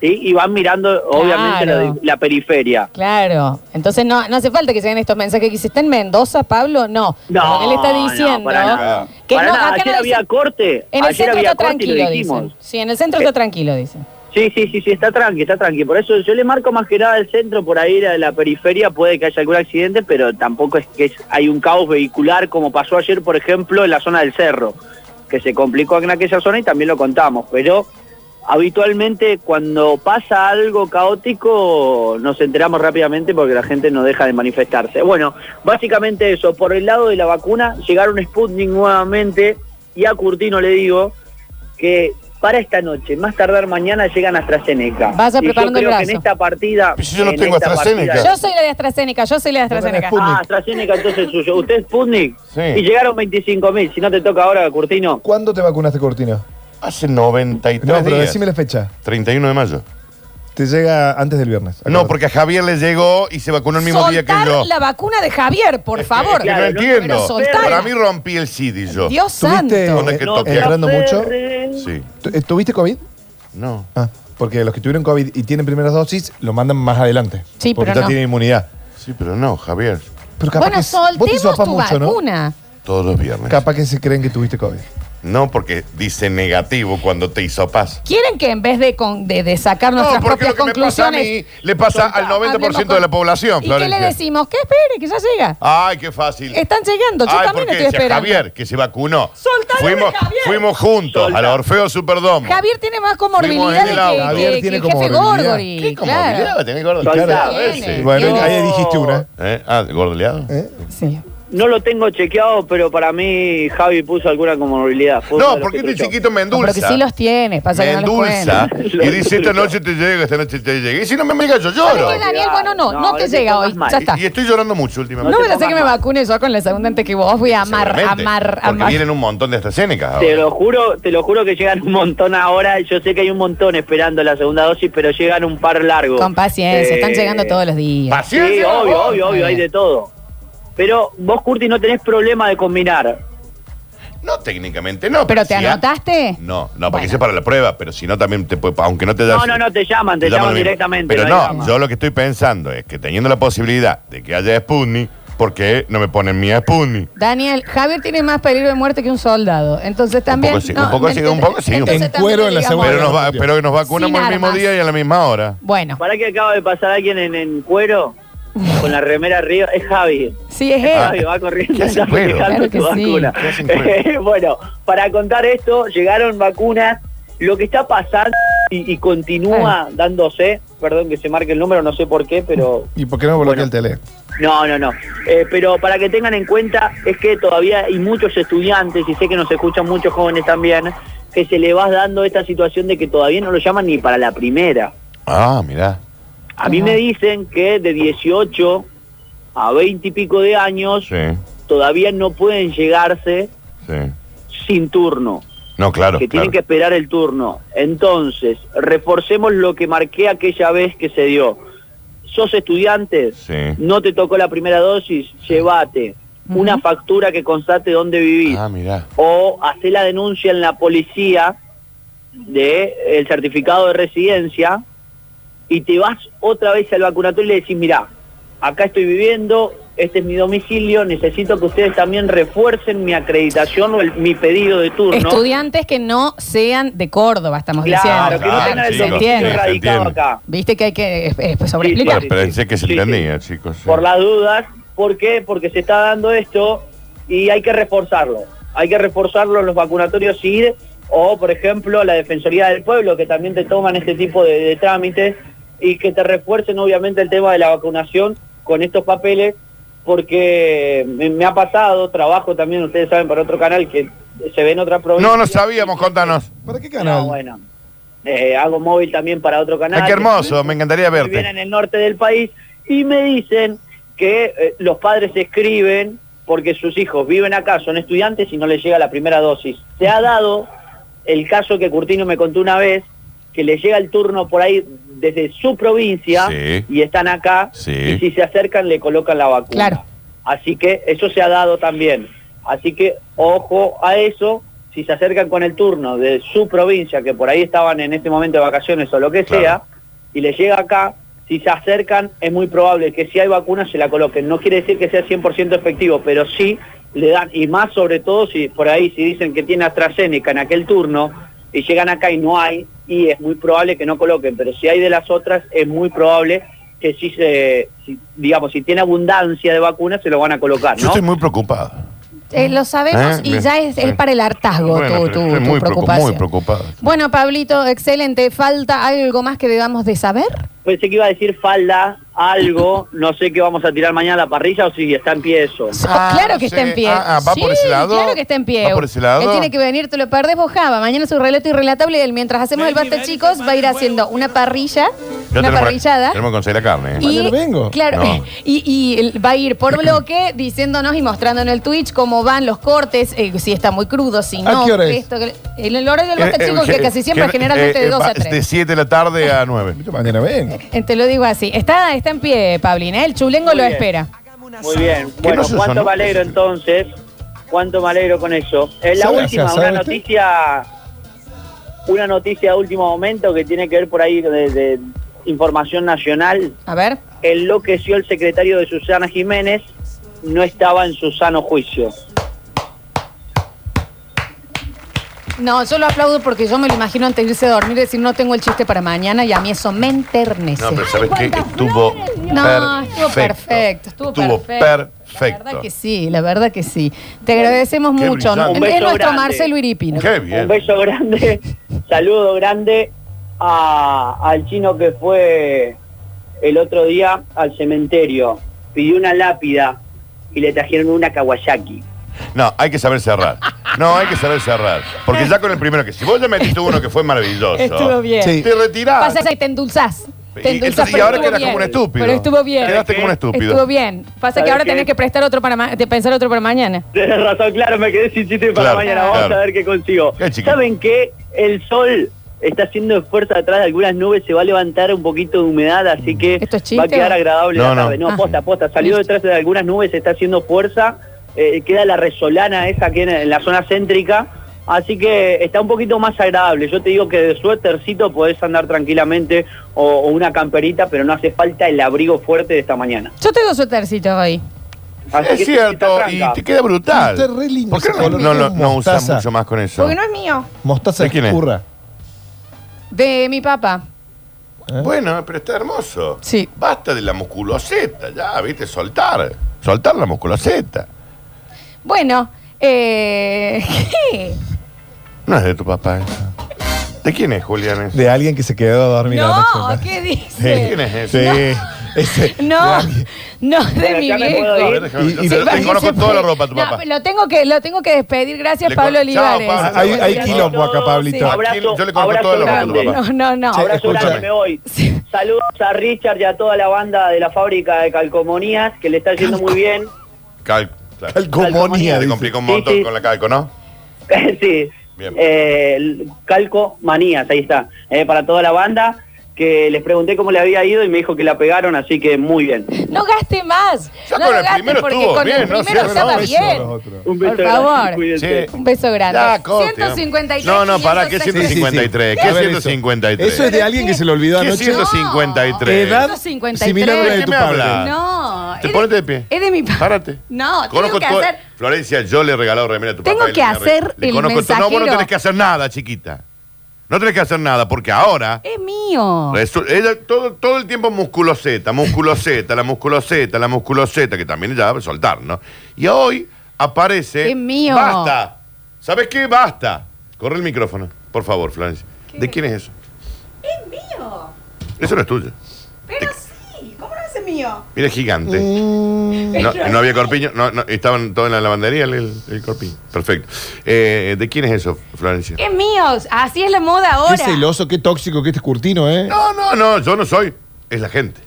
[SPEAKER 4] ¿sí? y van mirando obviamente la,
[SPEAKER 1] Claro.
[SPEAKER 4] la periferia.
[SPEAKER 1] Claro, entonces no, no hace falta que lleguen estos mensajes que si está en Mendoza, Pablo, no.
[SPEAKER 4] No,
[SPEAKER 1] Porque él está
[SPEAKER 4] no,
[SPEAKER 1] diciendo
[SPEAKER 4] para nada.
[SPEAKER 1] que
[SPEAKER 4] Para
[SPEAKER 1] no,
[SPEAKER 4] nada,
[SPEAKER 1] acá no
[SPEAKER 4] ayer
[SPEAKER 1] dice-
[SPEAKER 4] había corte,
[SPEAKER 1] En el
[SPEAKER 4] ayer
[SPEAKER 1] centro
[SPEAKER 4] había
[SPEAKER 1] está
[SPEAKER 4] corte y
[SPEAKER 1] tranquilo,
[SPEAKER 4] lo dijimos.
[SPEAKER 1] dicen. Sí, en el centro está tranquilo, dicen.
[SPEAKER 4] Sí, sí, sí, sí, está tranqui, está tranqui. Por eso yo le marco más que nada el centro, por ahí la, la periferia puede que haya algún accidente, pero tampoco es que es- hay un caos vehicular como pasó ayer, por ejemplo, en la zona del cerro, que se complicó en aquella zona y también lo contamos, pero habitualmente cuando pasa algo caótico nos enteramos rápidamente porque la gente no deja de manifestarse. Bueno, básicamente eso, por el lado de la vacuna, llegaron Sputnik nuevamente y a Curtino le digo que para esta noche, más tardar mañana, llegan AstraZeneca.
[SPEAKER 1] Vaya
[SPEAKER 4] Y yo
[SPEAKER 1] preparando el
[SPEAKER 4] creo que
[SPEAKER 1] brazo.
[SPEAKER 4] en esta partida...
[SPEAKER 2] Pero si yo no
[SPEAKER 4] en
[SPEAKER 2] tengo
[SPEAKER 4] esta
[SPEAKER 2] AstraZeneca.
[SPEAKER 4] partida-
[SPEAKER 1] Yo soy la de AstraZeneca, yo soy la de AstraZeneca.
[SPEAKER 3] Sputnik.
[SPEAKER 4] Ah, AstraZeneca entonces es suyo. Usted es Sputnik
[SPEAKER 2] Sí.
[SPEAKER 4] y llegaron 25.000. Si no te toca ahora, Curtino.
[SPEAKER 3] ¿Cuándo te vacunaste, Cortina?
[SPEAKER 2] Hace 93
[SPEAKER 3] No, pero
[SPEAKER 2] días.
[SPEAKER 3] decime la fecha.
[SPEAKER 2] 31 de mayo.
[SPEAKER 3] Te llega antes del viernes.
[SPEAKER 2] No, porque a Javier le llegó y se vacunó el mismo día que
[SPEAKER 1] Soltar
[SPEAKER 2] yo.
[SPEAKER 1] la vacuna de Javier, por favor.
[SPEAKER 2] Es que no
[SPEAKER 4] Claro, no,
[SPEAKER 1] pero
[SPEAKER 2] entiendo.
[SPEAKER 1] soltala.
[SPEAKER 2] Para mí rompí el CD yo.
[SPEAKER 1] Dios
[SPEAKER 3] ¿Tuviste
[SPEAKER 1] santo.
[SPEAKER 2] ¿Dónde es que
[SPEAKER 3] eh,
[SPEAKER 2] toqué?
[SPEAKER 3] entrando mucho?
[SPEAKER 2] Sí.
[SPEAKER 3] ¿Tu- eh, ¿Tuviste COVID?
[SPEAKER 2] No.
[SPEAKER 3] Ah, porque los que tuvieron COVID y tienen primeras dosis lo mandan más adelante.
[SPEAKER 1] Sí,
[SPEAKER 3] porque
[SPEAKER 1] pero
[SPEAKER 3] ya
[SPEAKER 1] no.
[SPEAKER 3] tienen inmunidad.
[SPEAKER 2] Sí, pero no, Javier.
[SPEAKER 3] Pero capaz
[SPEAKER 1] Bueno,
[SPEAKER 3] que vos te
[SPEAKER 1] soltemos
[SPEAKER 3] hisopás
[SPEAKER 1] tu
[SPEAKER 3] mucho, ¿no?
[SPEAKER 1] vacuna.
[SPEAKER 2] Todos los viernes.
[SPEAKER 3] Capaz que se creen que tuviste COVID.
[SPEAKER 2] No, porque dice negativo cuando te hizo paz.
[SPEAKER 1] ¿Quieren que en vez de, con- de, de sacar nuestras
[SPEAKER 2] No, porque
[SPEAKER 1] propias
[SPEAKER 2] lo que me pasa a
[SPEAKER 1] conclusiones...
[SPEAKER 2] mí le pasa al
[SPEAKER 1] hablemos
[SPEAKER 2] 90%
[SPEAKER 1] con-
[SPEAKER 2] de la población,
[SPEAKER 1] ¿Y qué le
[SPEAKER 2] Florencia.
[SPEAKER 1] decimos? Que espere, que ya llega.
[SPEAKER 2] Ay, qué fácil.
[SPEAKER 1] Están llegando, yo
[SPEAKER 2] Ay,
[SPEAKER 1] también
[SPEAKER 2] ¿por qué?
[SPEAKER 1] estoy
[SPEAKER 2] Si a
[SPEAKER 1] esperando.
[SPEAKER 2] Javier, que se vacunó.
[SPEAKER 1] Soltalo de
[SPEAKER 2] Fuimos,
[SPEAKER 1] Javier.
[SPEAKER 2] fuimos juntos
[SPEAKER 4] Soltá.
[SPEAKER 2] al Orfeo Superdomo.
[SPEAKER 1] Javier tiene más
[SPEAKER 2] Fuimos
[SPEAKER 1] comorbilidad
[SPEAKER 2] en
[SPEAKER 1] que,
[SPEAKER 2] el
[SPEAKER 1] que,
[SPEAKER 2] auto.
[SPEAKER 3] Javier
[SPEAKER 1] que
[SPEAKER 3] tiene
[SPEAKER 1] el jefe
[SPEAKER 3] comorbilidad.
[SPEAKER 1] Gorgori.
[SPEAKER 2] ¿Qué
[SPEAKER 1] claro.
[SPEAKER 2] comorbilidad tenés, gordo?
[SPEAKER 4] Soltá.
[SPEAKER 2] Claro,
[SPEAKER 1] Tiene.
[SPEAKER 2] ese.
[SPEAKER 3] Bueno,
[SPEAKER 1] Dios.
[SPEAKER 3] ahí dijiste una.
[SPEAKER 2] ¿Eh? Ah, gordo liado.
[SPEAKER 3] ¿eh?
[SPEAKER 1] Sí.
[SPEAKER 4] No lo tengo chequeado, pero para mí Javi puso alguna comorbilidad. Fue uno de
[SPEAKER 2] No,
[SPEAKER 4] los
[SPEAKER 2] porque
[SPEAKER 4] que
[SPEAKER 2] este
[SPEAKER 4] creyó.
[SPEAKER 2] chiquito
[SPEAKER 1] No,
[SPEAKER 2] me endulza.
[SPEAKER 1] Pero que sí los tiene, pasa
[SPEAKER 2] me
[SPEAKER 1] que no los
[SPEAKER 2] endulza
[SPEAKER 1] cuenta.
[SPEAKER 2] y dice esta noche te llega, esta noche te llega. Y si no me llega, yo lloro.
[SPEAKER 1] pues, Daniel, bueno, no, no,
[SPEAKER 4] No,
[SPEAKER 1] te
[SPEAKER 4] no te
[SPEAKER 1] llega
[SPEAKER 4] pongas
[SPEAKER 1] hoy.
[SPEAKER 4] mal.
[SPEAKER 1] Ya está.
[SPEAKER 2] Y, y estoy llorando mucho últimamente.
[SPEAKER 1] No me
[SPEAKER 4] te
[SPEAKER 1] la sé que me
[SPEAKER 4] pongas mal.
[SPEAKER 1] vacune yo con la segunda antes que vos. Voy a amar,
[SPEAKER 2] Seguramente,
[SPEAKER 1] amar,
[SPEAKER 2] Porque
[SPEAKER 1] amar.
[SPEAKER 2] vienen un montón de AstraZeneca ahora.
[SPEAKER 4] Te lo juro, te lo juro que llegan un montón ahora. Yo sé que hay un montón esperando la segunda dosis, pero llegan un par largo.
[SPEAKER 1] Con paciencia, están
[SPEAKER 4] Eh,
[SPEAKER 1] llegando todos los días.
[SPEAKER 4] Sí,
[SPEAKER 2] Paciencia.
[SPEAKER 4] obvio,
[SPEAKER 2] vos.
[SPEAKER 4] obvio, obvio, hay de todo. Pero vos, Curti, no tenés problema de combinar.
[SPEAKER 2] No, técnicamente no.
[SPEAKER 1] ¿Pero te
[SPEAKER 2] si a-
[SPEAKER 1] anotaste?
[SPEAKER 2] No, no, porque
[SPEAKER 1] Bueno.
[SPEAKER 2] ese es para la prueba, pero si no también te puede, aunque no te das.
[SPEAKER 4] No, no, no, te llaman, te llaman
[SPEAKER 2] lo mismo.
[SPEAKER 4] directamente.
[SPEAKER 2] Pero
[SPEAKER 4] hay
[SPEAKER 2] no,
[SPEAKER 4] drama.
[SPEAKER 2] yo lo que estoy pensando es que teniendo la posibilidad de que haya Sputnik, porque no me ponen mi Sputnik.
[SPEAKER 1] Daniel, Javier tiene más peligro de muerte que un soldado. Entonces también.
[SPEAKER 2] poco sí, un poco
[SPEAKER 1] ¿me
[SPEAKER 2] sí, un
[SPEAKER 1] entendés?
[SPEAKER 2] poco sí, un
[SPEAKER 1] Entonces
[SPEAKER 3] poco. En
[SPEAKER 1] también
[SPEAKER 3] cuero
[SPEAKER 1] le
[SPEAKER 3] en la
[SPEAKER 1] digamos-
[SPEAKER 3] Bueno,
[SPEAKER 2] Pero nos, va-
[SPEAKER 3] Dios.
[SPEAKER 2] pero nos vacunamos
[SPEAKER 1] Sin
[SPEAKER 2] el mismo
[SPEAKER 1] armas.
[SPEAKER 2] día y a la misma hora.
[SPEAKER 1] Bueno,
[SPEAKER 4] Para que acaba de pasar alguien en, en cuero con la remera arriba, es Javi.
[SPEAKER 1] sí es
[SPEAKER 2] Ah,
[SPEAKER 1] él.
[SPEAKER 4] Javi va corriendo
[SPEAKER 2] ¿Qué hace en
[SPEAKER 4] está
[SPEAKER 2] cuero?
[SPEAKER 4] festejando
[SPEAKER 1] Claro que
[SPEAKER 4] su
[SPEAKER 1] sí.
[SPEAKER 4] vacuna. Eh,
[SPEAKER 2] ¿Qué hace en cuero?
[SPEAKER 4] bueno, para contar esto, llegaron vacunas. Lo que está pasando y, y continúa
[SPEAKER 1] Ah.
[SPEAKER 4] dándose, perdón que se marque el número, no sé por qué, pero
[SPEAKER 3] ¿Y por qué no bloquea el tele?
[SPEAKER 4] No, no, no. Eh, pero para que tengan en cuenta es que todavía hay muchos estudiantes, y sé que nos escuchan muchos jóvenes también, que se le va dando esta situación de que todavía no lo llaman ni para la primera.
[SPEAKER 2] Ah, mirá.
[SPEAKER 4] A mí
[SPEAKER 1] Ajá.
[SPEAKER 4] me dicen que de 18 a 20 y pico de años
[SPEAKER 2] Sí,
[SPEAKER 4] todavía no pueden llegarse
[SPEAKER 2] sí.
[SPEAKER 4] sin turno,
[SPEAKER 2] No, claro.
[SPEAKER 4] que
[SPEAKER 2] claro.
[SPEAKER 4] tienen que esperar el turno. Entonces, reforcemos lo que marqué aquella vez que se dio. ¿Sos estudiante?
[SPEAKER 2] Sí.
[SPEAKER 4] no te tocó la primera dosis, llévate
[SPEAKER 1] Ujú.
[SPEAKER 4] una factura que constate dónde vivís
[SPEAKER 2] Ah, mirá.
[SPEAKER 4] o hacé la denuncia en la policía de el certificado de residencia y te vas otra vez al vacunatorio y le decís, mirá, acá estoy viviendo, este es mi domicilio, necesito que ustedes también refuercen mi acreditación o el- mi pedido de turno.
[SPEAKER 1] Estudiantes que no sean de Córdoba, estamos
[SPEAKER 4] Claro,
[SPEAKER 1] diciendo.
[SPEAKER 4] que no
[SPEAKER 2] Claro,
[SPEAKER 4] tengan el
[SPEAKER 2] Ah, chicos,
[SPEAKER 4] domicilio
[SPEAKER 2] sí, se
[SPEAKER 4] radicado
[SPEAKER 2] entiende.
[SPEAKER 4] acá.
[SPEAKER 1] Viste que hay que eh, eh,
[SPEAKER 2] Bueno,
[SPEAKER 1] sobreexplicar.
[SPEAKER 4] Sí,
[SPEAKER 2] pero
[SPEAKER 4] sí,
[SPEAKER 2] pensé que se
[SPEAKER 4] sí, sí.
[SPEAKER 2] entendía, chicos. sí.
[SPEAKER 4] por las dudas. ¿Por qué? Porque se está dando esto y hay que reforzarlo. Hay que reforzarlo en los vacunatorios ir o, por ejemplo, la Defensoría del Pueblo, que también te toman este tipo de, de trámites y que te refuercen, obviamente, el tema de la vacunación con estos papeles, porque me, me ha pasado, trabajo también, ustedes saben, para otro canal que se ve en otra provincia.
[SPEAKER 2] No, no sabíamos, contanos.
[SPEAKER 3] ¿Para qué
[SPEAKER 4] No,
[SPEAKER 3] canal?
[SPEAKER 4] bueno. Eh, hago móvil también para otro canal.
[SPEAKER 2] Ay, qué hermoso, me encantaría
[SPEAKER 4] que viene
[SPEAKER 2] verte.
[SPEAKER 4] en el norte del país y me dicen que eh, los padres escriben porque sus hijos viven acá, son estudiantes y no les llega la primera dosis. Se ha dado el caso que Curtino me contó una vez, que les llega el turno por ahí desde su provincia
[SPEAKER 2] Sí.
[SPEAKER 4] y están acá
[SPEAKER 2] Sí.
[SPEAKER 4] y si se acercan le colocan la vacuna.
[SPEAKER 1] Claro.
[SPEAKER 4] Así que eso se ha dado también. Así que ojo a eso, si se acercan con el turno de su provincia, que por ahí estaban en este momento de vacaciones o lo que
[SPEAKER 2] Claro.
[SPEAKER 4] sea, y les llega acá, si se acercan es muy probable que si hay vacunas se la coloquen. No quiere decir que sea 100% efectivo, pero sí le dan, y más sobre todo si por ahí si dicen que tiene AstraZeneca en aquel turno y llegan acá y no hay, y es muy probable que no coloquen, pero si hay de las otras es muy probable que si se, si- digamos, si tiene abundancia de vacunas se lo van a colocar,
[SPEAKER 2] Yo
[SPEAKER 4] ¿no?
[SPEAKER 2] estoy muy preocupado.
[SPEAKER 1] Eh, lo sabemos
[SPEAKER 2] ¿Eh?
[SPEAKER 1] y
[SPEAKER 2] Bien.
[SPEAKER 1] ya es, es
[SPEAKER 2] Bien.
[SPEAKER 1] para el hartazgo
[SPEAKER 2] Bueno,
[SPEAKER 1] tu,
[SPEAKER 2] pero
[SPEAKER 1] tu-
[SPEAKER 2] estoy
[SPEAKER 1] tu
[SPEAKER 2] muy preocu-
[SPEAKER 1] preocupación.
[SPEAKER 2] muy preocupado.
[SPEAKER 1] Bueno, Pablito, excelente. ¿Falta algo más que debamos de saber?
[SPEAKER 2] Ah,
[SPEAKER 4] Pensé que iba a decir falda, algo, no sé qué vamos a tirar mañana a la parrilla o si está en pie eso.
[SPEAKER 1] So-
[SPEAKER 2] Ah,
[SPEAKER 1] Oh, claro que
[SPEAKER 2] sí.
[SPEAKER 1] está en pie.
[SPEAKER 2] Ah, ah, ¿va por
[SPEAKER 1] Sí,
[SPEAKER 2] ese lado?
[SPEAKER 1] Claro que está en pie.
[SPEAKER 2] ¿Va por ese lado?
[SPEAKER 1] Él tiene que venir, te lo perdés, bojaba. Mañana su relato irrelatable. y él, mientras hacemos el basta, chicos, va a ir haciendo una parrilla,
[SPEAKER 2] Yo
[SPEAKER 1] una
[SPEAKER 2] tenemos-
[SPEAKER 1] parrillada.
[SPEAKER 2] Tenemos que conseguir la carne. ¿eh?
[SPEAKER 1] Y,
[SPEAKER 3] Mañana vengo.
[SPEAKER 1] Claro,
[SPEAKER 2] No.
[SPEAKER 1] y, y él va a ir por bloque diciéndonos y mostrando en el Twitch cómo van los cortes, eh, si está muy crudo, si no.
[SPEAKER 3] qué hora es?
[SPEAKER 1] esto, que- en el horario del basta,
[SPEAKER 2] Eh, eh,
[SPEAKER 1] chicos, que casi siempre
[SPEAKER 2] que-
[SPEAKER 1] generalmente
[SPEAKER 2] eh,
[SPEAKER 1] de 2
[SPEAKER 2] va-
[SPEAKER 1] a 3.
[SPEAKER 2] De 7 de la tarde a 9.
[SPEAKER 3] Yo mañana
[SPEAKER 1] Eh,
[SPEAKER 3] vengo.
[SPEAKER 1] Te lo digo así. Está, está en pie, Pablina. ¿eh? El chulengo
[SPEAKER 4] Muy
[SPEAKER 1] lo
[SPEAKER 4] bien.
[SPEAKER 1] espera.
[SPEAKER 4] Muy bien.
[SPEAKER 2] ¿Qué
[SPEAKER 4] Bueno,
[SPEAKER 2] no se
[SPEAKER 4] cuánto
[SPEAKER 2] sonó?
[SPEAKER 4] me alegro entonces. Cuánto me alegro con eso. Es la
[SPEAKER 3] ¿Sabe-
[SPEAKER 4] última,
[SPEAKER 3] sabe
[SPEAKER 4] una
[SPEAKER 2] este?
[SPEAKER 3] usted?
[SPEAKER 4] noticia, una noticia de último momento que tiene que ver por ahí de, de información nacional.
[SPEAKER 1] A ver.
[SPEAKER 4] Enloqueció el secretario de Susana Jiménez, no estaba en su sano juicio.
[SPEAKER 1] No, yo lo aplaudo porque yo me lo imagino antes de irse a dormir decir no tengo el chiste para mañana y a mí eso me enternece.
[SPEAKER 2] No, pero ¿sabes qué? Estuvo perfecto.
[SPEAKER 1] No, estuvo perfecto, estuvo, perfecto. La verdad que sí, la verdad que sí. Te agradecemos
[SPEAKER 2] Qué
[SPEAKER 1] mucho. ¿no?
[SPEAKER 2] brillante.
[SPEAKER 1] Es
[SPEAKER 4] Un beso
[SPEAKER 1] nuestro
[SPEAKER 4] grande.
[SPEAKER 1] Marcelo Iripino.
[SPEAKER 2] Qué bien.
[SPEAKER 4] Un beso grande, saludo grande a- al chino que fue el otro día al cementerio. Pidió una lápida y le trajeron una kawasaki.
[SPEAKER 2] No, hay que saber cerrar. No, hay que saber cerrar. Porque ya con el primero que si vos ya metiste uno que fue maravilloso.
[SPEAKER 1] Estuvo bien.
[SPEAKER 3] Sí.
[SPEAKER 2] Te retirás.
[SPEAKER 1] Pasa y te endulzás. Te
[SPEAKER 2] Y
[SPEAKER 1] endulzás,
[SPEAKER 2] entonces- y
[SPEAKER 1] pero
[SPEAKER 2] ahora
[SPEAKER 1] estuvo
[SPEAKER 2] quedas como
[SPEAKER 1] bien.
[SPEAKER 2] un estúpido.
[SPEAKER 1] Pero estuvo bien.
[SPEAKER 2] Quedaste como un estúpido.
[SPEAKER 1] Estuvo bien. Pasa que
[SPEAKER 4] ¿Sabes
[SPEAKER 1] ahora
[SPEAKER 4] qué?
[SPEAKER 1] tenés que prestar otro para ma- de pensar otro para mañana.
[SPEAKER 4] Tienes razón, claro, me quedé sin chiste para
[SPEAKER 2] Claro,
[SPEAKER 4] mañana. Vamos
[SPEAKER 2] claro.
[SPEAKER 4] a ver qué consigo.
[SPEAKER 2] Qué chiquito.
[SPEAKER 4] ¿Saben qué? El sol está haciendo esfuerzo atrás de algunas nubes, se va a levantar un poquito de humedad, así que
[SPEAKER 1] ¿Esto es chiste?
[SPEAKER 4] va a quedar agradable
[SPEAKER 2] No,
[SPEAKER 4] la
[SPEAKER 2] no.
[SPEAKER 4] tarde. No,
[SPEAKER 1] Ah.
[SPEAKER 4] posta, posta. Salió detrás de algunas nubes, está haciendo fuerza. eh, queda la resolana esa que en, en la zona céntrica. Así que está un poquito más agradable. Yo te digo que de suétercito podés andar tranquilamente o, o una camperita, pero no hace falta el abrigo fuerte de esta mañana.
[SPEAKER 1] Yo tengo suétercito hoy.
[SPEAKER 4] Así que
[SPEAKER 2] es cierto,
[SPEAKER 4] esta
[SPEAKER 2] y
[SPEAKER 4] tranca.
[SPEAKER 2] te queda brutal.
[SPEAKER 3] Está re lindo
[SPEAKER 2] ¿Por qué
[SPEAKER 3] ese
[SPEAKER 2] no,
[SPEAKER 3] color,
[SPEAKER 2] no, no,
[SPEAKER 3] es
[SPEAKER 2] no usas
[SPEAKER 3] mostaza.
[SPEAKER 2] mucho más con eso?
[SPEAKER 1] Porque no es mío.
[SPEAKER 3] Mostaza
[SPEAKER 2] ¿De quién es?
[SPEAKER 3] escurra.
[SPEAKER 1] De mi papá.
[SPEAKER 3] ¿Eh?
[SPEAKER 2] Bueno, pero está hermoso.
[SPEAKER 1] Sí.
[SPEAKER 2] Basta de la musculoseta, ya, viste, soltar. Soltar la musculoseta.
[SPEAKER 1] Bueno, eh, ¿qué?
[SPEAKER 2] No es de tu papá eso. ¿De quién es, Julián? eso?
[SPEAKER 3] De alguien que se quedó a dormir.
[SPEAKER 1] No,
[SPEAKER 3] la noche,
[SPEAKER 1] ¿qué
[SPEAKER 2] ¿De quién
[SPEAKER 1] dice?
[SPEAKER 2] es eso?
[SPEAKER 3] Sí. Ese-
[SPEAKER 1] No, no es de
[SPEAKER 4] Bueno,
[SPEAKER 1] mi
[SPEAKER 4] ya me puedo
[SPEAKER 1] viejo.
[SPEAKER 4] ir.
[SPEAKER 2] A ver, déjame-
[SPEAKER 3] Y-
[SPEAKER 2] yo te-
[SPEAKER 3] y- Se
[SPEAKER 2] te
[SPEAKER 1] Parece
[SPEAKER 2] conozco
[SPEAKER 1] que-
[SPEAKER 2] toda la ropa de tu
[SPEAKER 1] No,
[SPEAKER 2] papá.
[SPEAKER 1] lo tengo que, lo tengo que despedir. Gracias,
[SPEAKER 2] Le con-
[SPEAKER 1] Pablo
[SPEAKER 2] Chao,
[SPEAKER 1] Olivares.
[SPEAKER 2] Pablo,
[SPEAKER 3] Hay, hay quilombo acá,
[SPEAKER 4] Sí.
[SPEAKER 3] Pablito.
[SPEAKER 2] Aquí
[SPEAKER 4] Abrazo,
[SPEAKER 2] yo le conozco
[SPEAKER 4] abrazo
[SPEAKER 2] toda la ropa de tu
[SPEAKER 4] grande.
[SPEAKER 1] No,
[SPEAKER 2] papá.
[SPEAKER 1] no, no.
[SPEAKER 3] Che,
[SPEAKER 4] Abrazo grande,
[SPEAKER 3] escúchame.
[SPEAKER 4] me voy. Saludos a Richard y a toda la banda de la fábrica de calcomonías, que le está yendo muy bien.
[SPEAKER 2] Cal- claro.
[SPEAKER 3] Calcomanía,
[SPEAKER 2] Te
[SPEAKER 3] dice.
[SPEAKER 2] complica un
[SPEAKER 4] Sí,
[SPEAKER 2] montón
[SPEAKER 4] sí.
[SPEAKER 2] con la calco, ¿no?
[SPEAKER 4] sí.
[SPEAKER 2] Bien.
[SPEAKER 4] Eh, calcomanías, ahí está. Eh, para toda la banda, que les pregunté cómo le había ido y me dijo que la pegaron, así que muy bien.
[SPEAKER 1] No gaste más.
[SPEAKER 2] Ya
[SPEAKER 1] no
[SPEAKER 2] con
[SPEAKER 1] lo
[SPEAKER 2] el
[SPEAKER 1] gaste
[SPEAKER 2] primero
[SPEAKER 1] porque
[SPEAKER 2] estuvo
[SPEAKER 1] con
[SPEAKER 2] bien,
[SPEAKER 1] el
[SPEAKER 2] ¿no?
[SPEAKER 1] primero
[SPEAKER 2] Sí,
[SPEAKER 1] estaba
[SPEAKER 2] no,
[SPEAKER 3] eso,
[SPEAKER 1] bien.
[SPEAKER 3] los otros.
[SPEAKER 4] Un
[SPEAKER 1] Por favor.
[SPEAKER 4] grande, cuídense.
[SPEAKER 2] Sí.
[SPEAKER 1] Un beso grande.
[SPEAKER 2] Ya, corte,
[SPEAKER 1] 153,
[SPEAKER 2] No, no, pará, ¿qué
[SPEAKER 1] 106?
[SPEAKER 2] 153? ¿Qué
[SPEAKER 3] A ver, eso.
[SPEAKER 2] 153?
[SPEAKER 3] Eso es de alguien que se lo olvidó
[SPEAKER 2] ¿Qué
[SPEAKER 3] anoche.
[SPEAKER 2] 153?
[SPEAKER 3] Edad
[SPEAKER 1] 153.
[SPEAKER 3] similar a la
[SPEAKER 2] ¿De
[SPEAKER 3] de
[SPEAKER 2] qué
[SPEAKER 3] tu
[SPEAKER 2] me
[SPEAKER 3] padre.
[SPEAKER 2] hablas?
[SPEAKER 1] No.
[SPEAKER 2] Te
[SPEAKER 1] es
[SPEAKER 2] ponete de pie.
[SPEAKER 1] Es de mi papá.
[SPEAKER 2] Párate.
[SPEAKER 1] No, tengo
[SPEAKER 2] Conozco
[SPEAKER 1] que
[SPEAKER 2] todo-
[SPEAKER 1] hacer.
[SPEAKER 2] Florencia, yo le he regalado remera a tu
[SPEAKER 1] Tengo
[SPEAKER 2] papá y
[SPEAKER 1] que
[SPEAKER 2] le regalé-
[SPEAKER 1] hacer
[SPEAKER 2] le
[SPEAKER 1] el
[SPEAKER 2] conozco todo. No, vos no
[SPEAKER 1] mensajero.
[SPEAKER 2] tenés que hacer nada, chiquita. No tenés que hacer nada, porque ahora...
[SPEAKER 1] Es mío.
[SPEAKER 2] resu- ella todo, todo el tiempo musculoseta, musculoseta, la musculoseta, la musculoseta, que también ella va a soltar, ¿no? Y hoy aparece...
[SPEAKER 1] Es mío.
[SPEAKER 2] ¡Basta! ¿Sabes qué? ¡Basta! Corre el micrófono, por favor, Florencia. ¿De quién es eso?
[SPEAKER 1] Es mío.
[SPEAKER 2] Eso no es tuyo.
[SPEAKER 1] Pero sí. ¿Cómo no es mío?
[SPEAKER 2] Mira, es gigante.
[SPEAKER 3] Mm.
[SPEAKER 2] No, no había corpiño, no, no, estaban todos en la lavandería el, el- el corpiño. Perfecto. Eh, ¿De quién es eso, Florencia?
[SPEAKER 1] Es mío. Así es la moda ahora.
[SPEAKER 3] Qué celoso, qué tóxico que este curtino, ¿eh?
[SPEAKER 2] No, no, no, yo no soy. Es la gente.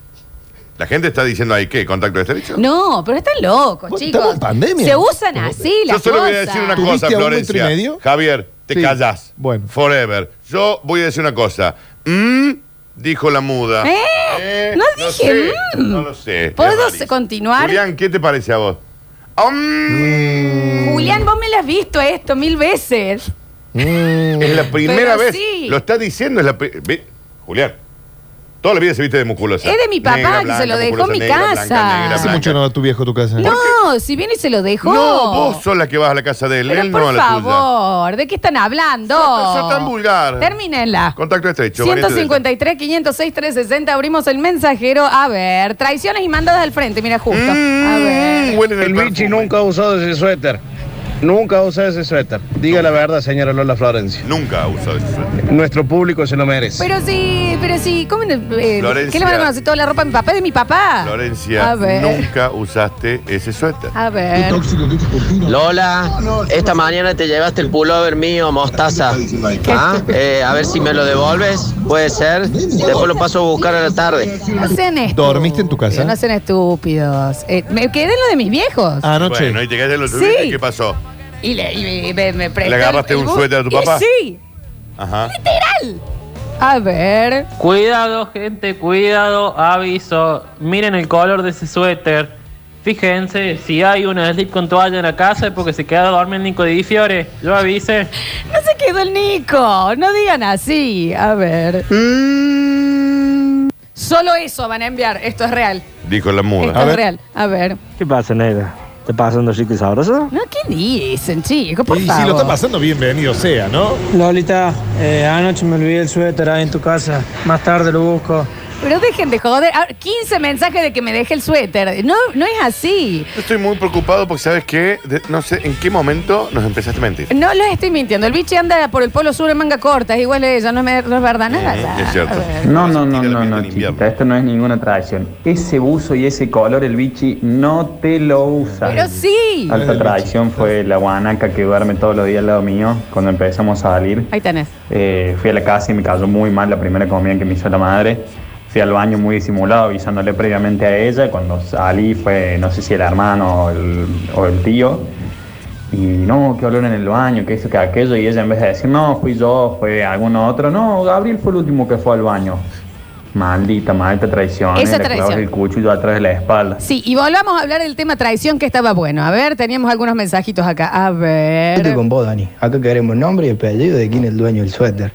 [SPEAKER 2] La gente está diciendo ahí, ¿qué? ¿Contacto estrecho?
[SPEAKER 1] No, pero están locos,
[SPEAKER 3] Vos,
[SPEAKER 1] chicos.
[SPEAKER 3] estamos en pandemia.
[SPEAKER 1] Se usan así
[SPEAKER 2] Yo
[SPEAKER 1] las
[SPEAKER 2] solo voy a
[SPEAKER 1] cosas.
[SPEAKER 2] decir una
[SPEAKER 3] ¿Tuviste
[SPEAKER 2] cosa,
[SPEAKER 3] a un metro
[SPEAKER 2] Florencia.
[SPEAKER 3] y medio?
[SPEAKER 2] Javier, te
[SPEAKER 3] Sí.
[SPEAKER 2] callas.
[SPEAKER 3] Bueno.
[SPEAKER 2] Forever. Yo voy a decir una cosa. Mm, dijo la muda.
[SPEAKER 1] ¿Eh? No dije
[SPEAKER 2] sé,
[SPEAKER 1] mm.
[SPEAKER 2] No lo sé.
[SPEAKER 1] ¿Puedo
[SPEAKER 2] Es rarísimo.
[SPEAKER 1] continuar?
[SPEAKER 2] Julián, ¿qué te parece a vos? Mm.
[SPEAKER 1] Julián, vos me lo has visto esto mil veces.
[SPEAKER 3] mm.
[SPEAKER 2] Es la primera
[SPEAKER 1] Pero
[SPEAKER 2] vez.
[SPEAKER 1] sí.
[SPEAKER 2] Lo está diciendo. Es la pri- ve, Julián. Toda la vida se viste de musculosa.
[SPEAKER 1] Es de mi papá, que se lo dejó en mi casa.
[SPEAKER 3] Hace
[SPEAKER 1] Blanca.
[SPEAKER 3] mucho no va tu viejo a tu casa.
[SPEAKER 1] No, si viene y se lo dejó.
[SPEAKER 2] no. vos sos la que vas a la casa de él.
[SPEAKER 1] Pero
[SPEAKER 2] él
[SPEAKER 1] por
[SPEAKER 2] no a la
[SPEAKER 1] favor, ¿de qué están hablando?
[SPEAKER 2] Sos- sos tan vulgar.
[SPEAKER 1] Termínenla.
[SPEAKER 2] tuya. Contacto estrecho. variante
[SPEAKER 1] 153, 506, 360, abrimos el mensajero. A ver, traiciones y mandadas al frente, mira justo.
[SPEAKER 2] de-
[SPEAKER 1] A
[SPEAKER 2] Mm,
[SPEAKER 1] ver.
[SPEAKER 2] huele en
[SPEAKER 5] El Michi
[SPEAKER 2] perfume.
[SPEAKER 5] nunca ha usado ese suéter. Nunca ha usado ese suéter. Diga la verdad, señora Lola Florencia.
[SPEAKER 2] Nunca ha usado ese suéter.
[SPEAKER 5] Nuestro público se lo merece.
[SPEAKER 1] Pero sí, pero sí, ¿cómo no- eh,
[SPEAKER 2] Florencia.
[SPEAKER 1] ¿Qué le van a conocer toda la ropa a mi papá? Es de mi papá.
[SPEAKER 2] Florencia,
[SPEAKER 1] Ah, A ver.
[SPEAKER 2] nunca usaste ese suéter.
[SPEAKER 1] A
[SPEAKER 3] Qué
[SPEAKER 1] ver.
[SPEAKER 3] tóxico que este curtino.
[SPEAKER 6] Lola, esta mañana te llevaste el pullover mío, mostaza. Ah, eh, a ver si me lo devolves, puede ser. Después lo paso a buscar a la tarde.
[SPEAKER 1] No sean estúpidos.
[SPEAKER 3] ¿Dormiste en tu casa?
[SPEAKER 1] No sean estúpidos. Eh, me quedé en lo de mis viejos.
[SPEAKER 3] Anoche.
[SPEAKER 2] Bueno, y te quedaste en los
[SPEAKER 1] Sí.
[SPEAKER 2] tubos. ¿Qué pasó?
[SPEAKER 1] Y le, y me- me, me prestó
[SPEAKER 2] ¿Le agarraste
[SPEAKER 1] el- el
[SPEAKER 2] un
[SPEAKER 1] bus-
[SPEAKER 2] suéter a tu
[SPEAKER 1] Y
[SPEAKER 2] papá?
[SPEAKER 1] Sí,
[SPEAKER 2] Ajá.
[SPEAKER 1] literal. A ver.
[SPEAKER 7] Cuidado, gente, cuidado, aviso. Miren el color de ese suéter. Fíjense, si hay una slip con toalla en la casa es porque se queda dormido Nico Di Fiore. Yo avise.
[SPEAKER 1] No se quedó el Nico. No digan así. A ver.
[SPEAKER 8] Mm.
[SPEAKER 1] Solo eso van a enviar. Esto es real.
[SPEAKER 2] Dijo la
[SPEAKER 1] Esto
[SPEAKER 2] muda.
[SPEAKER 3] A
[SPEAKER 1] es
[SPEAKER 3] ver.
[SPEAKER 1] real. A ver.
[SPEAKER 8] ¿Qué pasa, negra? ¿Te pasando chico y sabroso?
[SPEAKER 1] No, ¿qué dicen, chicos? Por
[SPEAKER 3] y
[SPEAKER 1] favor.
[SPEAKER 3] si lo está pasando, bienvenido sea, ¿no?
[SPEAKER 8] Lolita, eh, anoche me olvidé el suéter ahí en tu casa. Más tarde lo busco.
[SPEAKER 1] Pero dejen de joder. A ver, 15 mensajes de que me deje el suéter. No, no es así.
[SPEAKER 2] Yo Estoy muy preocupado porque, ¿sabes qué? De- no sé en qué momento nos empezaste a mentir.
[SPEAKER 1] No los estoy mintiendo. El biche anda por el polo sur en manga corta. Es igual a ella. No es, me- no es verdad. Nada.
[SPEAKER 2] Mm, es cierto.
[SPEAKER 1] A ver.
[SPEAKER 9] No, no, no,
[SPEAKER 2] Y de
[SPEAKER 9] no,
[SPEAKER 2] repente
[SPEAKER 9] no,
[SPEAKER 2] en invierno.
[SPEAKER 9] chiquita, esto no es ninguna traición. Ese buzo y ese color, el bichi, no te lo usa.
[SPEAKER 1] Pero sí.
[SPEAKER 2] Eh,
[SPEAKER 9] Alta traición fue la guanaca que duerme todos los días al lado mío cuando empezamos a salir.
[SPEAKER 1] Ahí tenés.
[SPEAKER 9] Eh, fui a la casa y me cayó muy mal la primera comida que me hizo la madre. Fui al baño muy disimulado, avisándole previamente a ella. Cuando salí fue, no sé si el hermano o el, o el tío. Y no, que olor en el baño, que eso, que aquello. Y ella en vez de decir, no, fui yo, fue alguno otro. No, Gabriel fue el último que fue al baño. Maldita, maldita traición.
[SPEAKER 1] Esa
[SPEAKER 9] Le clavas
[SPEAKER 1] traición.
[SPEAKER 9] el cuchillo atrás de la espalda.
[SPEAKER 1] Sí, y volvamos a hablar del tema traición que estaba bueno. A ver, teníamos algunos mensajitos acá. A ver.
[SPEAKER 10] Este Estoy con vos, Dani. Acá queremos nombre y apellido de quién es el dueño del suéter.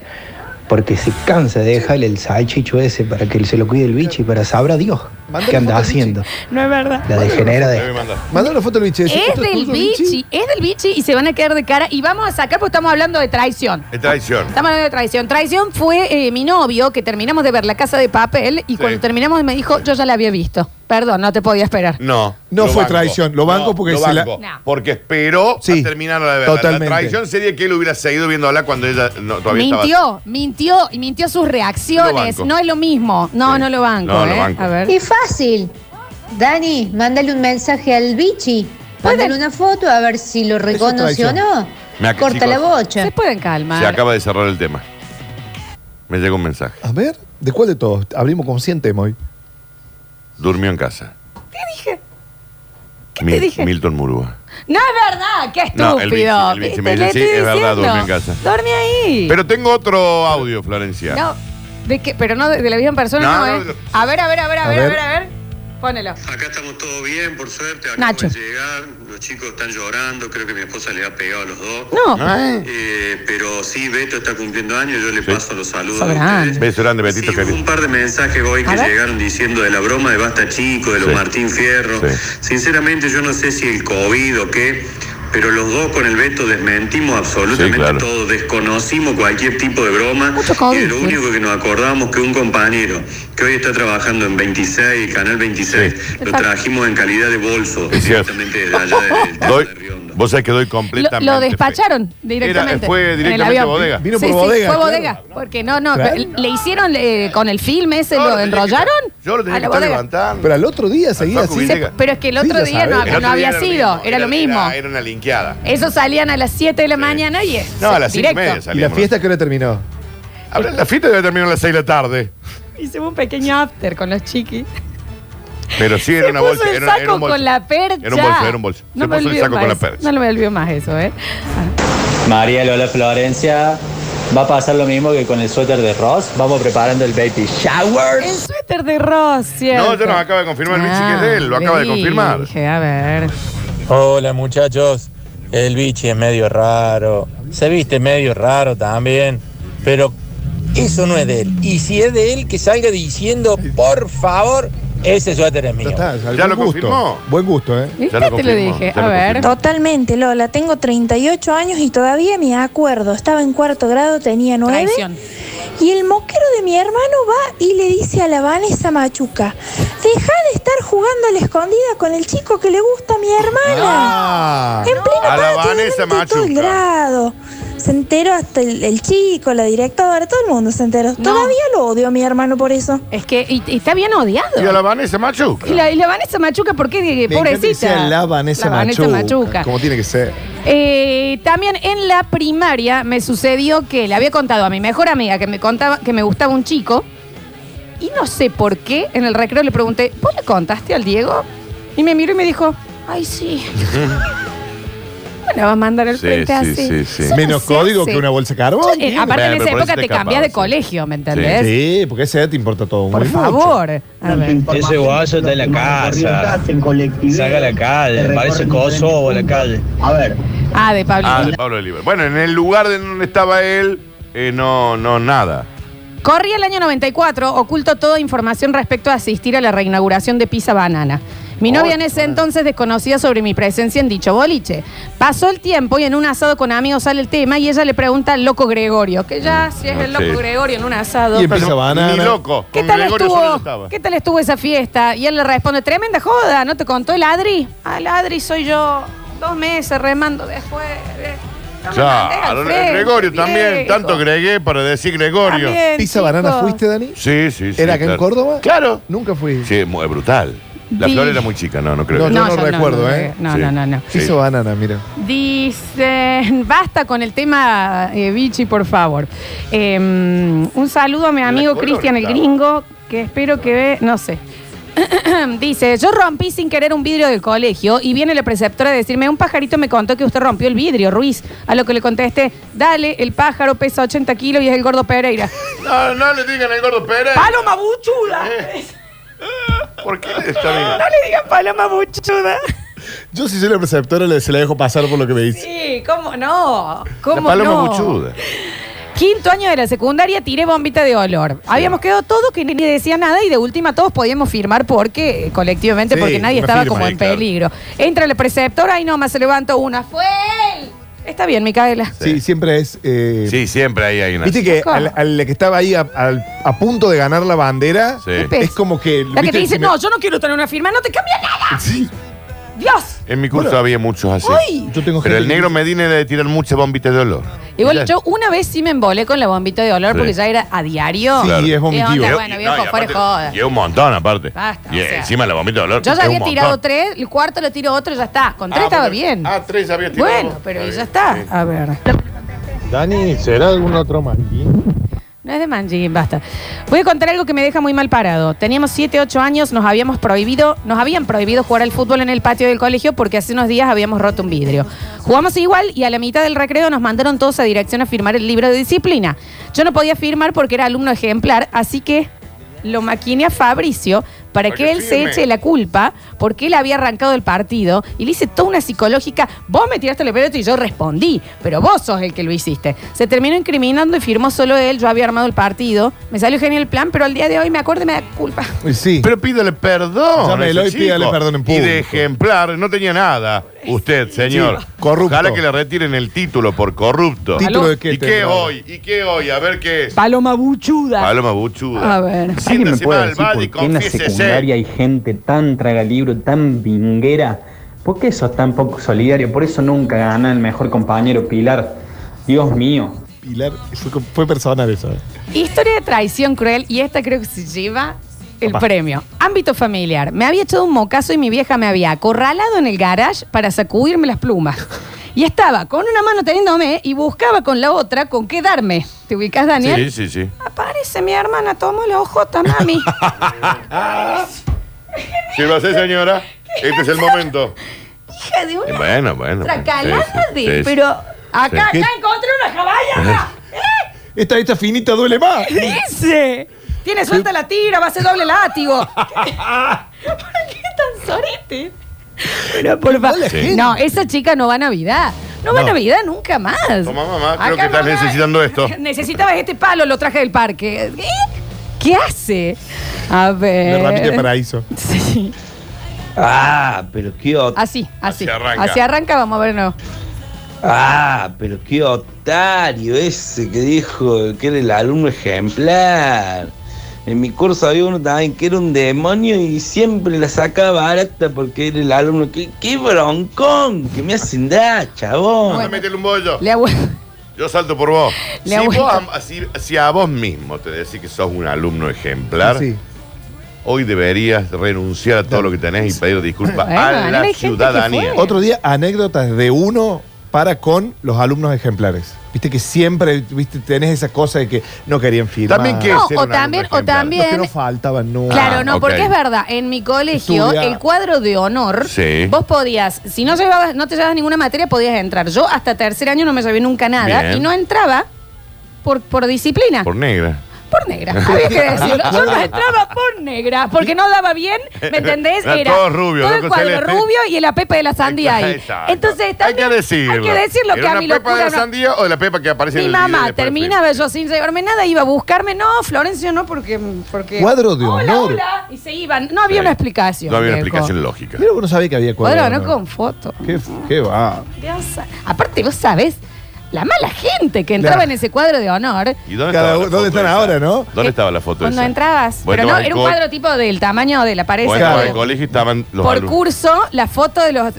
[SPEAKER 10] Porque se cansa de dejarle el salchicho ese para que se lo cuide el bicho y para sabrá Dios
[SPEAKER 3] Mándale
[SPEAKER 10] qué anda
[SPEAKER 3] foto al bichi.
[SPEAKER 10] haciendo.
[SPEAKER 1] No es verdad.
[SPEAKER 10] La degenera de...
[SPEAKER 3] Mandá una foto al biche.
[SPEAKER 1] Es del bichi, es del bichi y se van a quedar de cara y vamos a sacar porque estamos hablando de traición.
[SPEAKER 2] Es traición.
[SPEAKER 1] Estamos hablando de traición. Traición fue eh, mi novio que terminamos de ver la casa de papel y
[SPEAKER 2] Sí.
[SPEAKER 1] cuando terminamos me dijo, yo ya la había visto. Perdón, no te podía esperar.
[SPEAKER 2] No.
[SPEAKER 3] No
[SPEAKER 2] lo
[SPEAKER 3] fue traición, lo banco porque
[SPEAKER 2] lo
[SPEAKER 3] se la-
[SPEAKER 2] banco,
[SPEAKER 1] No.
[SPEAKER 2] Porque esperó
[SPEAKER 3] Sí,
[SPEAKER 2] a terminar la verdad.
[SPEAKER 3] totalmente.
[SPEAKER 2] La traición sería que él hubiera seguido viéndola cuando ella no, todavía
[SPEAKER 1] mintió,
[SPEAKER 2] estaba.
[SPEAKER 1] mintió y mintió sus
[SPEAKER 2] Lo
[SPEAKER 1] reacciones.
[SPEAKER 2] banco.
[SPEAKER 1] No es lo mismo. No,
[SPEAKER 2] Sí.
[SPEAKER 1] no lo banco.
[SPEAKER 2] No, lo
[SPEAKER 1] ¿eh?
[SPEAKER 2] banco.
[SPEAKER 1] A ver.
[SPEAKER 11] Y fácil. Dani, mándale un mensaje al bichi.
[SPEAKER 1] Puede.
[SPEAKER 11] Mándale una foto a ver si lo
[SPEAKER 3] es
[SPEAKER 11] reconoció o no.
[SPEAKER 2] Me ac-
[SPEAKER 11] Corta
[SPEAKER 2] chicos,
[SPEAKER 11] la bocha.
[SPEAKER 1] Se pueden calmar.
[SPEAKER 2] Se acaba de cerrar el tema. Me llegó un mensaje.
[SPEAKER 3] A ver, ¿de cuál de todos? Abrimos consciente hoy.
[SPEAKER 2] Durmió en casa.
[SPEAKER 1] ¿Qué
[SPEAKER 2] Mil-
[SPEAKER 1] te dije?
[SPEAKER 2] Milton Murúa.
[SPEAKER 1] No es verdad, qué estúpido.
[SPEAKER 2] No, el bichi, el bichi
[SPEAKER 1] ¿viste?
[SPEAKER 2] me dice,
[SPEAKER 1] Le
[SPEAKER 2] sí,
[SPEAKER 1] estoy
[SPEAKER 2] es verdad,
[SPEAKER 1] diciendo.
[SPEAKER 2] duerme en casa.
[SPEAKER 1] Duerme ahí.
[SPEAKER 2] Pero tengo otro audio, Florencia.
[SPEAKER 1] no, de qué? pero no de, de la misma persona,
[SPEAKER 2] No,
[SPEAKER 1] no, ¿eh?
[SPEAKER 2] no, no.
[SPEAKER 1] A ver, a ver, a ver, a
[SPEAKER 3] A
[SPEAKER 1] ver, a
[SPEAKER 3] ver.
[SPEAKER 1] ver, a ver. Pónelo.
[SPEAKER 12] Acá estamos todos bien, por suerte. Acabo
[SPEAKER 1] Nacho.
[SPEAKER 12] de llegar, los chicos están llorando, creo que mi esposa le ha pegado a los dos.
[SPEAKER 1] No,
[SPEAKER 2] ¿Eh?
[SPEAKER 12] Eh, pero sí, Beto está cumpliendo años, yo le paso los saludos.
[SPEAKER 1] Beso
[SPEAKER 12] a
[SPEAKER 1] grande.
[SPEAKER 12] ustedes.
[SPEAKER 2] Beso grande,
[SPEAKER 12] Sí,
[SPEAKER 2] Betito
[SPEAKER 12] hubo
[SPEAKER 2] querido.
[SPEAKER 12] un par de mensajes hoy
[SPEAKER 1] A
[SPEAKER 12] que
[SPEAKER 1] ver.
[SPEAKER 12] llegaron diciendo de la broma de Basta Chico, de los
[SPEAKER 2] Sí.
[SPEAKER 12] Martín Fierro.
[SPEAKER 2] Sí.
[SPEAKER 12] Sinceramente yo no sé si el COVID o qué, pero los dos con el Beto desmentimos absolutamente
[SPEAKER 2] Sí, claro.
[SPEAKER 12] todo, desconocimos cualquier tipo de broma.
[SPEAKER 1] Mucho COVID,
[SPEAKER 12] y de lo
[SPEAKER 1] sí.
[SPEAKER 12] único que nos acordamos que un compañero que hoy está trabajando en 26, Canal 26,
[SPEAKER 2] Sí.
[SPEAKER 12] lo trajimos en calidad de bolso,
[SPEAKER 2] Es cierto.
[SPEAKER 12] directamente desde allá del- del-
[SPEAKER 2] Doy-
[SPEAKER 12] de Riondo.
[SPEAKER 2] vos sabés que doy
[SPEAKER 1] lo,
[SPEAKER 2] completamente.
[SPEAKER 1] lo
[SPEAKER 2] fe.
[SPEAKER 1] despacharon directamente.
[SPEAKER 2] Era- fue
[SPEAKER 1] en el
[SPEAKER 2] directamente
[SPEAKER 1] avión.
[SPEAKER 2] bodega.
[SPEAKER 3] Vino
[SPEAKER 1] Sí,
[SPEAKER 3] por
[SPEAKER 1] sí,
[SPEAKER 3] bodega,
[SPEAKER 1] Fue
[SPEAKER 3] claro.
[SPEAKER 1] bodega. Porque no, no.
[SPEAKER 3] Claro.
[SPEAKER 1] Le hicieron eh, con el film ese,
[SPEAKER 2] No,
[SPEAKER 1] lo
[SPEAKER 2] tenía que-
[SPEAKER 1] enrollaron.
[SPEAKER 2] Yo lo
[SPEAKER 1] a
[SPEAKER 2] tenía que
[SPEAKER 1] la
[SPEAKER 2] estar
[SPEAKER 1] bodega.
[SPEAKER 2] levantando.
[SPEAKER 3] Pero al otro día seguía
[SPEAKER 2] Facu
[SPEAKER 3] así.
[SPEAKER 2] Villa-
[SPEAKER 1] Se- pero es que el
[SPEAKER 3] Sí,
[SPEAKER 1] otro
[SPEAKER 3] lo
[SPEAKER 1] día no,
[SPEAKER 3] sabés.
[SPEAKER 2] El
[SPEAKER 1] no
[SPEAKER 2] otro día
[SPEAKER 1] había
[SPEAKER 2] era
[SPEAKER 1] sido, era lo mismo.
[SPEAKER 2] Era, era una linkeada.
[SPEAKER 1] Esos salían a las 7 de la
[SPEAKER 2] Sí.
[SPEAKER 1] mañana y es
[SPEAKER 2] No, a las cinco y
[SPEAKER 1] directo.
[SPEAKER 2] media
[SPEAKER 3] ¿Y la
[SPEAKER 2] salíamos.
[SPEAKER 3] fiesta que hora terminó?
[SPEAKER 2] Ahora, la fiesta debe terminar a las 6 de la tarde.
[SPEAKER 1] Hicimos un pequeño after con los chiquis.
[SPEAKER 2] Pero sí, era
[SPEAKER 1] Se
[SPEAKER 2] una
[SPEAKER 1] puso
[SPEAKER 2] bolsa.
[SPEAKER 1] el
[SPEAKER 2] era,
[SPEAKER 1] saco
[SPEAKER 2] era un bolso.
[SPEAKER 1] con la percha.
[SPEAKER 2] Era un bolso, era un bolso.
[SPEAKER 1] No
[SPEAKER 2] Se
[SPEAKER 1] me
[SPEAKER 2] puso el
[SPEAKER 1] olvido
[SPEAKER 2] saco
[SPEAKER 1] más.
[SPEAKER 2] con la percha.
[SPEAKER 1] No me olvido más eso, ¿eh?
[SPEAKER 9] María Lola Florencia, va a pasar lo mismo que con el suéter de Ross. Vamos preparando el baby shower.
[SPEAKER 1] El suéter de Ross, ¿cierto?
[SPEAKER 2] No, yo no, acaba de confirmar, Michi,
[SPEAKER 1] Ah,
[SPEAKER 2] que es de él, lo acaba de
[SPEAKER 1] le
[SPEAKER 2] confirmar.
[SPEAKER 1] Dije, a ver.
[SPEAKER 8] Hola muchachos, el bichi es medio raro, se viste medio raro también, pero eso no es de él. Y si es de él, que salga diciendo, por favor, ese suéter es mío.
[SPEAKER 3] Ya está,
[SPEAKER 2] Ya
[SPEAKER 3] buen
[SPEAKER 2] lo
[SPEAKER 3] gusto.
[SPEAKER 2] confirmó.
[SPEAKER 3] Buen gusto, ¿eh?
[SPEAKER 1] ¿Viste? Te
[SPEAKER 2] lo
[SPEAKER 1] lo
[SPEAKER 2] confirmó,
[SPEAKER 1] dije.
[SPEAKER 2] ya
[SPEAKER 1] A
[SPEAKER 2] lo
[SPEAKER 1] ver.
[SPEAKER 2] confirmó.
[SPEAKER 11] Totalmente, Lola. Tengo 38 años y todavía me acuerdo. Estaba en cuarto grado, tenía nueve.
[SPEAKER 1] Traición.
[SPEAKER 11] Y el moquero de mi hermano va y le dice a la Vanessa Machuca, deja de estar jugando a la escondida con el chico que le gusta a mi hermana.
[SPEAKER 3] Ah,
[SPEAKER 11] en pleno
[SPEAKER 2] A la
[SPEAKER 11] patio, delante
[SPEAKER 2] Vanessa
[SPEAKER 11] de todo el
[SPEAKER 2] Machuca.
[SPEAKER 11] grado. Se enteró hasta el, el chico, la directora, todo el mundo se enteró.
[SPEAKER 1] No.
[SPEAKER 11] Todavía lo odio a mi hermano por eso.
[SPEAKER 1] Es que y- y está bien odiado.
[SPEAKER 2] ¿Y a la Vanessa Machu?
[SPEAKER 1] Y la, y la Vanessa Machuca, ¿por qué?
[SPEAKER 3] me encanta que sea
[SPEAKER 1] Pobrecita.
[SPEAKER 3] La Vanessa,
[SPEAKER 1] La Vanessa Machuca.
[SPEAKER 3] Como tiene que ser.
[SPEAKER 1] Eh, también en la primaria me sucedió que le había contado a mi mejor amiga que me contaba que me gustaba un chico y no sé por qué en el recreo le pregunté, ¿vos le contaste al Diego? Y me miró y me dijo, ay sí. bueno, va a mandar el
[SPEAKER 2] Sí,
[SPEAKER 1] frente
[SPEAKER 2] sí,
[SPEAKER 1] así.
[SPEAKER 2] sí, sí.
[SPEAKER 1] Eso no
[SPEAKER 3] Menos
[SPEAKER 1] se
[SPEAKER 3] código
[SPEAKER 1] hace.
[SPEAKER 3] que una bolsa de carbón.
[SPEAKER 1] Eh, aparte
[SPEAKER 2] Bueno,
[SPEAKER 1] en esa
[SPEAKER 2] pero por
[SPEAKER 1] época
[SPEAKER 2] eso
[SPEAKER 1] te
[SPEAKER 2] te
[SPEAKER 1] cambias de
[SPEAKER 2] escapabas, sí.
[SPEAKER 1] colegio, ¿me entendés?
[SPEAKER 3] Sí, porque a esa edad te importa todo.
[SPEAKER 1] Por
[SPEAKER 3] muy
[SPEAKER 1] favor. A ver.
[SPEAKER 5] Ese guayo está en la casa. Saca a la calle, parece Kosovo la calle.
[SPEAKER 1] Ah, de Pablo.
[SPEAKER 2] Ah, de Pablo Oliver. Bueno, en el lugar de donde estaba él, eh, no, no, nada.
[SPEAKER 1] Corría el año 94, oculto toda información respecto a asistir a la reinauguración de Pisa Banana. Mi novia en ese entonces desconocía sobre mi presencia en dicho boliche. Pasó el tiempo y en un asado con amigos sale el tema y ella le pregunta al loco Gregorio, que ya si es el
[SPEAKER 2] Sí.
[SPEAKER 1] loco Gregorio en un asado.
[SPEAKER 3] Y empieza
[SPEAKER 2] No,
[SPEAKER 3] banana.
[SPEAKER 2] Ni loco.
[SPEAKER 1] ¿Qué
[SPEAKER 2] "Oh, Con
[SPEAKER 1] tal,
[SPEAKER 2] Gregorio solo yo
[SPEAKER 1] estuvo,
[SPEAKER 2] estaba.
[SPEAKER 1] ¿Qué tal estuvo esa fiesta? Y él le responde, tremenda joda, ¿no te contó el Adri? Ah, el Adri soy yo, dos meses remando después. eh, no me mandes al
[SPEAKER 2] Claro,
[SPEAKER 1] frente,
[SPEAKER 2] Gregorio también.
[SPEAKER 1] viejo.
[SPEAKER 2] Tanto gregué para decir Gregorio.
[SPEAKER 1] También,
[SPEAKER 3] ¿Pisa
[SPEAKER 1] chicos.
[SPEAKER 3] banana fuiste, Dani?
[SPEAKER 2] Sí, sí, sí.
[SPEAKER 3] ¿Era acá en
[SPEAKER 2] claro.
[SPEAKER 3] Córdoba?
[SPEAKER 2] Claro.
[SPEAKER 3] Nunca fui.
[SPEAKER 2] Sí, mu- es brutal. La
[SPEAKER 1] Di-
[SPEAKER 2] flor era muy chica, no, no creo.
[SPEAKER 3] No,
[SPEAKER 2] que-
[SPEAKER 3] yo no recuerdo, ¿eh?
[SPEAKER 1] No,
[SPEAKER 2] Sí.
[SPEAKER 1] no, no, no.
[SPEAKER 2] Sí.
[SPEAKER 3] Pisa banana, mira.
[SPEAKER 1] Dicen, basta con el tema, eh, Vichy, por favor. Eh, un saludo a mi
[SPEAKER 2] La
[SPEAKER 1] amigo
[SPEAKER 2] color
[SPEAKER 1] Cristian el
[SPEAKER 2] estaba.
[SPEAKER 1] Gringo, que espero que ve, no sé. Dice, yo rompí sin querer un vidrio del colegio y viene la preceptora a decirme, un pajarito me contó que usted rompió el vidrio, Ruiz. A lo que le contesté, dale, el pájaro pesa 80 kilos y es el gordo Pereira.
[SPEAKER 2] No, no le digan al gordo Pérez.
[SPEAKER 1] ¡Paloma buchuda!
[SPEAKER 2] Eh, ¿Por qué está bien?
[SPEAKER 1] No le digan paloma buchuda.
[SPEAKER 3] Yo si soy la preceptora le- se la dejo pasar por lo que me dice.
[SPEAKER 1] Sí, ¿cómo no? ¿Cómo
[SPEAKER 2] Oh. la paloma
[SPEAKER 1] no?
[SPEAKER 2] buchuda.
[SPEAKER 1] Quinto año de la secundaria tiré bombita de olor. Habíamos quedado todo que ni decía nada y de última todos podíamos firmar porque, eh, colectivamente,
[SPEAKER 13] Sí,
[SPEAKER 1] porque nadie
[SPEAKER 13] una
[SPEAKER 1] estaba
[SPEAKER 13] firma
[SPEAKER 2] eh,
[SPEAKER 1] como
[SPEAKER 13] ahí,
[SPEAKER 1] en
[SPEAKER 13] claro.
[SPEAKER 1] peligro. Entra la preceptora y nomás se levantó una. ¡Fue él! Está bien, Micaela.
[SPEAKER 3] Sí, siempre es. eh,
[SPEAKER 2] Sí, siempre ahí hay una.
[SPEAKER 3] Viste que al, al que estaba ahí a, al- a punto de ganar la bandera,
[SPEAKER 2] Sí.
[SPEAKER 3] es como que.
[SPEAKER 1] La que
[SPEAKER 3] viste,
[SPEAKER 1] te dice,
[SPEAKER 3] si me-
[SPEAKER 1] no, yo no quiero tener una firma, no te cambia nada. Dios.
[SPEAKER 2] En mi curso
[SPEAKER 1] Bueno.
[SPEAKER 2] había muchos así.
[SPEAKER 1] Uy. Yo tengo gente
[SPEAKER 2] Pero el
[SPEAKER 1] que-
[SPEAKER 2] negro Medina era de tirar muchas bombitas de olor.
[SPEAKER 1] Igual
[SPEAKER 2] Mirá.
[SPEAKER 1] yo una vez sí me embolé con la bombita de olor
[SPEAKER 2] Sí.
[SPEAKER 1] porque ya era a diario.
[SPEAKER 2] Claro.
[SPEAKER 1] ¿Qué onda? ah, Bueno, viejo,
[SPEAKER 2] No, y
[SPEAKER 1] fuera de
[SPEAKER 2] aparte-
[SPEAKER 1] joda.
[SPEAKER 2] Y es un montón aparte.
[SPEAKER 1] Basta,
[SPEAKER 2] y
[SPEAKER 1] o sea.
[SPEAKER 2] encima la bombita de olor.
[SPEAKER 1] Yo
[SPEAKER 2] es
[SPEAKER 1] ya había
[SPEAKER 2] un
[SPEAKER 1] tirado
[SPEAKER 2] montón.
[SPEAKER 1] tres, el cuarto lo tiro otro y ya está. Con tres
[SPEAKER 2] Ah,
[SPEAKER 1] estaba
[SPEAKER 2] bueno.
[SPEAKER 1] bien.
[SPEAKER 2] Ah, tres había tirado.
[SPEAKER 1] Bueno, pero ya está. A ver.
[SPEAKER 14] Dani, ¿será algún otro manguín?
[SPEAKER 1] No es de Manji, basta. Voy a contar algo que me deja muy mal parado. Teníamos 7, 8 años, nos habíamos prohibido, nos habían prohibido jugar al fútbol en el patio del colegio porque hace unos días habíamos roto un vidrio. Jugamos igual y a la mitad del recreo nos mandaron todos a dirección a firmar el libro de disciplina. Yo no podía firmar porque era alumno ejemplar, así que lo maquiné a Fabricio para que él se
[SPEAKER 13] firme.
[SPEAKER 1] eche la culpa porque él había arrancado el partido y le hice toda una psicológica, vos me tiraste la pelota y yo respondí, pero vos sos el que lo hiciste. Se terminó incriminando y firmó solo él, yo había armado el partido, me salió genial el plan, pero al día de hoy me acuerdo y me da culpa.
[SPEAKER 3] Sí.
[SPEAKER 2] Pero pídale perdón.
[SPEAKER 3] Llámelo
[SPEAKER 2] ese
[SPEAKER 3] y pídale
[SPEAKER 2] chico.
[SPEAKER 3] perdón en
[SPEAKER 2] Y
[SPEAKER 3] público.
[SPEAKER 2] de ejemplar, no tenía nada. Usted, señor.
[SPEAKER 3] Sí, corrupto.
[SPEAKER 2] Ojalá que le retiren el título por corrupto.
[SPEAKER 3] ¿Título de qué,
[SPEAKER 2] ¿Y qué
[SPEAKER 3] Tendrán?
[SPEAKER 2] hoy? ¿Y qué hoy? A ver qué es.
[SPEAKER 1] Paloma buchuda.
[SPEAKER 2] Paloma buchuda.
[SPEAKER 1] A ver.
[SPEAKER 14] ¿Alguien me
[SPEAKER 2] Siéntese
[SPEAKER 14] puede
[SPEAKER 2] mal,
[SPEAKER 14] decir
[SPEAKER 2] vale,
[SPEAKER 14] por qué en la
[SPEAKER 2] confiésese.
[SPEAKER 14] secundaria hay gente tan tragalibro, tan vinguera? ¿Por qué sos tan poco solidario? Por eso nunca gana el mejor compañero Pilar. Dios mío.
[SPEAKER 3] Pilar fue, fue personal eso. ¿eh?
[SPEAKER 1] Historia de traición cruel y esta creo que se lleva el
[SPEAKER 3] Papá.
[SPEAKER 1] premio. Ámbito familiar. Me había echado un mocazo y mi vieja me había acorralado en el garage para sacudirme las plumas. Y estaba con una mano teniéndome y buscaba con la otra con qué darme. ¿Te ubicas, Daniel?
[SPEAKER 2] Sí, sí, sí.
[SPEAKER 1] Aparece mi hermana, tomó la ojota, mami.
[SPEAKER 2] Si lo hace, señora, este es el momento.
[SPEAKER 1] Hija de una
[SPEAKER 2] Bueno, bueno.
[SPEAKER 1] tracalada
[SPEAKER 2] Sí, sí,
[SPEAKER 1] de-
[SPEAKER 2] sí.
[SPEAKER 1] Pero acá,
[SPEAKER 3] Sí.
[SPEAKER 1] acá encontré una jaballa.
[SPEAKER 3] Esta, esta finita duele más.
[SPEAKER 1] ¿Qué dice? Tiene suelta la tira, va a ser doble látigo. tan sorete. Pero por favor.
[SPEAKER 2] gente.
[SPEAKER 1] No, esa chica no va a Navidad. No va a
[SPEAKER 2] No.
[SPEAKER 1] Navidad nunca más.
[SPEAKER 2] Toma, mamá, creo
[SPEAKER 1] Acá,
[SPEAKER 2] que estás
[SPEAKER 1] mamá,
[SPEAKER 2] necesitando esto.
[SPEAKER 1] Necesitabas este palo, lo traje del parque. ¿Eh? ¿Qué hace? A ver.
[SPEAKER 3] Herramienta de paraíso.
[SPEAKER 1] Sí.
[SPEAKER 10] Ah, pero qué ot-
[SPEAKER 1] Así, así.
[SPEAKER 10] Así arranca.
[SPEAKER 1] Así arranca, vamos a ver, no.
[SPEAKER 10] Ah, pero qué otario ese que dijo que era el alumno ejemplar. En mi curso había uno también que era un demonio y siempre la sacaba barata porque era el alumno. ¡Qué, qué broncón! Que me hacen dar, chabón.
[SPEAKER 2] Anda, métele un bollo.
[SPEAKER 1] Le ha vuel-
[SPEAKER 2] Yo salto por vos.
[SPEAKER 1] Le
[SPEAKER 2] Si,
[SPEAKER 1] ha vuelto-
[SPEAKER 2] vos am- si- si a vos mismo te decís que sos un alumno ejemplar,
[SPEAKER 3] Sí.
[SPEAKER 2] hoy deberías renunciar a todo lo que tenés y pedir disculpas
[SPEAKER 3] Bueno,
[SPEAKER 2] a
[SPEAKER 3] hay
[SPEAKER 2] la
[SPEAKER 3] gente que
[SPEAKER 2] ciudadanía.
[SPEAKER 3] Otro día, anécdotas de uno para con los alumnos ejemplares. Viste que siempre viste, tenés esa cosa de que no querían firmar.
[SPEAKER 1] También que No, ser o un alumno también- o ejemplar. también-
[SPEAKER 3] Los que no faltaban nunca.
[SPEAKER 2] Ah,
[SPEAKER 1] Claro, no, porque es verdad, en mi colegio,
[SPEAKER 3] Estudia.
[SPEAKER 1] el cuadro de honor,
[SPEAKER 3] Sí.
[SPEAKER 1] vos podías, si no llevabas, no te llevabas ninguna materia, podías entrar. Yo hasta tercer año no me llevé nunca nada
[SPEAKER 2] Bien.
[SPEAKER 1] y no entraba por, por disciplina,
[SPEAKER 2] Por negra.
[SPEAKER 1] por negra. Había que decirlo. Yo no entraba por negra, porque no daba bien, ¿me entendés?
[SPEAKER 2] Era
[SPEAKER 1] Era
[SPEAKER 2] todo rubio,
[SPEAKER 1] todo el
[SPEAKER 2] loco
[SPEAKER 1] cuadro
[SPEAKER 2] celeste.
[SPEAKER 1] rubio y la pepa de la sandía ahí.
[SPEAKER 2] Exacto.
[SPEAKER 1] Entonces,
[SPEAKER 2] Hay que
[SPEAKER 1] también
[SPEAKER 2] decirlo.
[SPEAKER 1] hay que decirlo
[SPEAKER 2] ¿Era
[SPEAKER 1] que a
[SPEAKER 2] una
[SPEAKER 1] mi
[SPEAKER 2] pepa
[SPEAKER 1] locura
[SPEAKER 2] de
[SPEAKER 1] no-
[SPEAKER 2] sandía o de la pepa que aparece
[SPEAKER 1] Mi
[SPEAKER 2] en el
[SPEAKER 1] mamá
[SPEAKER 2] video de
[SPEAKER 1] terminaba yo sin llevarme nada, iba a buscarme, no, Florencio no, porque... porque
[SPEAKER 3] Cuadro de
[SPEAKER 1] hola,
[SPEAKER 3] honor.
[SPEAKER 1] hola, y se iban. No había una explicación.
[SPEAKER 2] No había una
[SPEAKER 1] viejo.
[SPEAKER 2] explicación lógica.
[SPEAKER 3] Mira, uno sabía que había cuadro.
[SPEAKER 1] Cuadro de
[SPEAKER 3] de
[SPEAKER 1] honor
[SPEAKER 3] honor.
[SPEAKER 1] con foto.
[SPEAKER 3] ¿Qué, qué va?
[SPEAKER 1] Dios. Aparte, vos sabés, la mala gente que entraba
[SPEAKER 2] Claro.
[SPEAKER 1] en ese cuadro de honor,
[SPEAKER 2] ¿Y dónde, estaba
[SPEAKER 3] Cada
[SPEAKER 2] la
[SPEAKER 3] uno- ¿dónde
[SPEAKER 2] foto
[SPEAKER 3] están
[SPEAKER 2] esa?
[SPEAKER 3] ahora, no?
[SPEAKER 2] ¿Dónde estaba la foto
[SPEAKER 1] Eh, cuando
[SPEAKER 2] esa?
[SPEAKER 1] entrabas,
[SPEAKER 2] Bueno,
[SPEAKER 1] pero no,
[SPEAKER 2] al
[SPEAKER 1] era un
[SPEAKER 2] co-
[SPEAKER 1] cuadro tipo del tamaño de la pared.
[SPEAKER 2] Vos
[SPEAKER 1] Claro.
[SPEAKER 2] entrabas al colegio y estaban los
[SPEAKER 1] por
[SPEAKER 2] alumnos.
[SPEAKER 1] curso, la foto de los...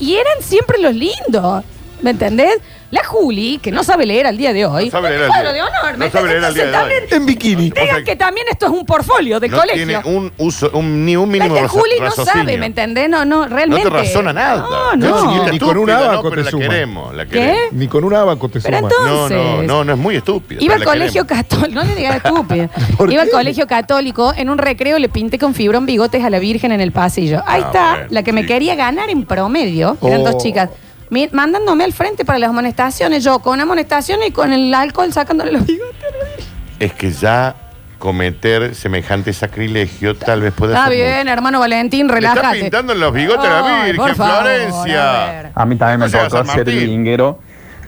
[SPEAKER 1] Y eran siempre los lindos, ¿me entendés? La Juli, que no sabe leer al día de hoy,
[SPEAKER 2] sabe
[SPEAKER 1] en el
[SPEAKER 2] leer al
[SPEAKER 1] cuadro de
[SPEAKER 2] día-
[SPEAKER 1] honor,
[SPEAKER 2] no
[SPEAKER 1] ¿me
[SPEAKER 2] sabe
[SPEAKER 1] entendés?
[SPEAKER 2] leer al día
[SPEAKER 1] Entonces
[SPEAKER 2] de hoy.
[SPEAKER 1] también
[SPEAKER 3] En bikini.
[SPEAKER 1] digan que también esto es un portfolio de
[SPEAKER 2] No
[SPEAKER 1] colegio.
[SPEAKER 2] tiene un uso, un- ni un
[SPEAKER 1] La
[SPEAKER 2] mínimo
[SPEAKER 1] que
[SPEAKER 2] razo-
[SPEAKER 1] Juli no
[SPEAKER 2] raciocinio.
[SPEAKER 1] sabe, ¿me entendés? No, no, realmente.
[SPEAKER 2] No te razona nada.
[SPEAKER 1] No, no.
[SPEAKER 2] Chiquita
[SPEAKER 3] Ni con un
[SPEAKER 2] estúpida, no,
[SPEAKER 3] abaco
[SPEAKER 2] pero
[SPEAKER 3] te
[SPEAKER 2] la
[SPEAKER 3] suma.
[SPEAKER 2] queremos, la
[SPEAKER 1] ¿Qué?
[SPEAKER 2] queremos.
[SPEAKER 3] Ni con un abaco te
[SPEAKER 1] Pero
[SPEAKER 3] suman.
[SPEAKER 1] entonces-
[SPEAKER 2] No, no, no, no es muy estúpida.
[SPEAKER 1] Iba
[SPEAKER 2] pero
[SPEAKER 1] al
[SPEAKER 2] la
[SPEAKER 1] colegio
[SPEAKER 2] queremos.
[SPEAKER 1] católico, no le digas estúpida. Iba al colegio católico, en un recreo le pinté con fibrón bigotes a la Virgen en el pasillo. Ahí
[SPEAKER 13] Ah,
[SPEAKER 1] está,
[SPEAKER 13] bueno,
[SPEAKER 1] la que me quería ganar en promedio, eran
[SPEAKER 13] Oh.
[SPEAKER 1] dos chicas, mi- mandándome al frente para las amonestaciones, yo con amonestaciones y con el alcohol sacándole los bigotes.
[SPEAKER 2] Es que ya cometer semejante sacrilegio tal vez pueda
[SPEAKER 1] Está
[SPEAKER 2] ser muy-
[SPEAKER 1] bien, hermano Valentín,
[SPEAKER 2] Le estás
[SPEAKER 1] relájate.
[SPEAKER 2] pintando en los bigotes a la
[SPEAKER 1] Ay,
[SPEAKER 2] Virgen,
[SPEAKER 1] por favor,
[SPEAKER 2] Florencia.
[SPEAKER 14] A mí también
[SPEAKER 2] No
[SPEAKER 14] me
[SPEAKER 2] seas
[SPEAKER 14] tocó
[SPEAKER 2] San
[SPEAKER 14] ser
[SPEAKER 2] Martín.
[SPEAKER 14] vinguero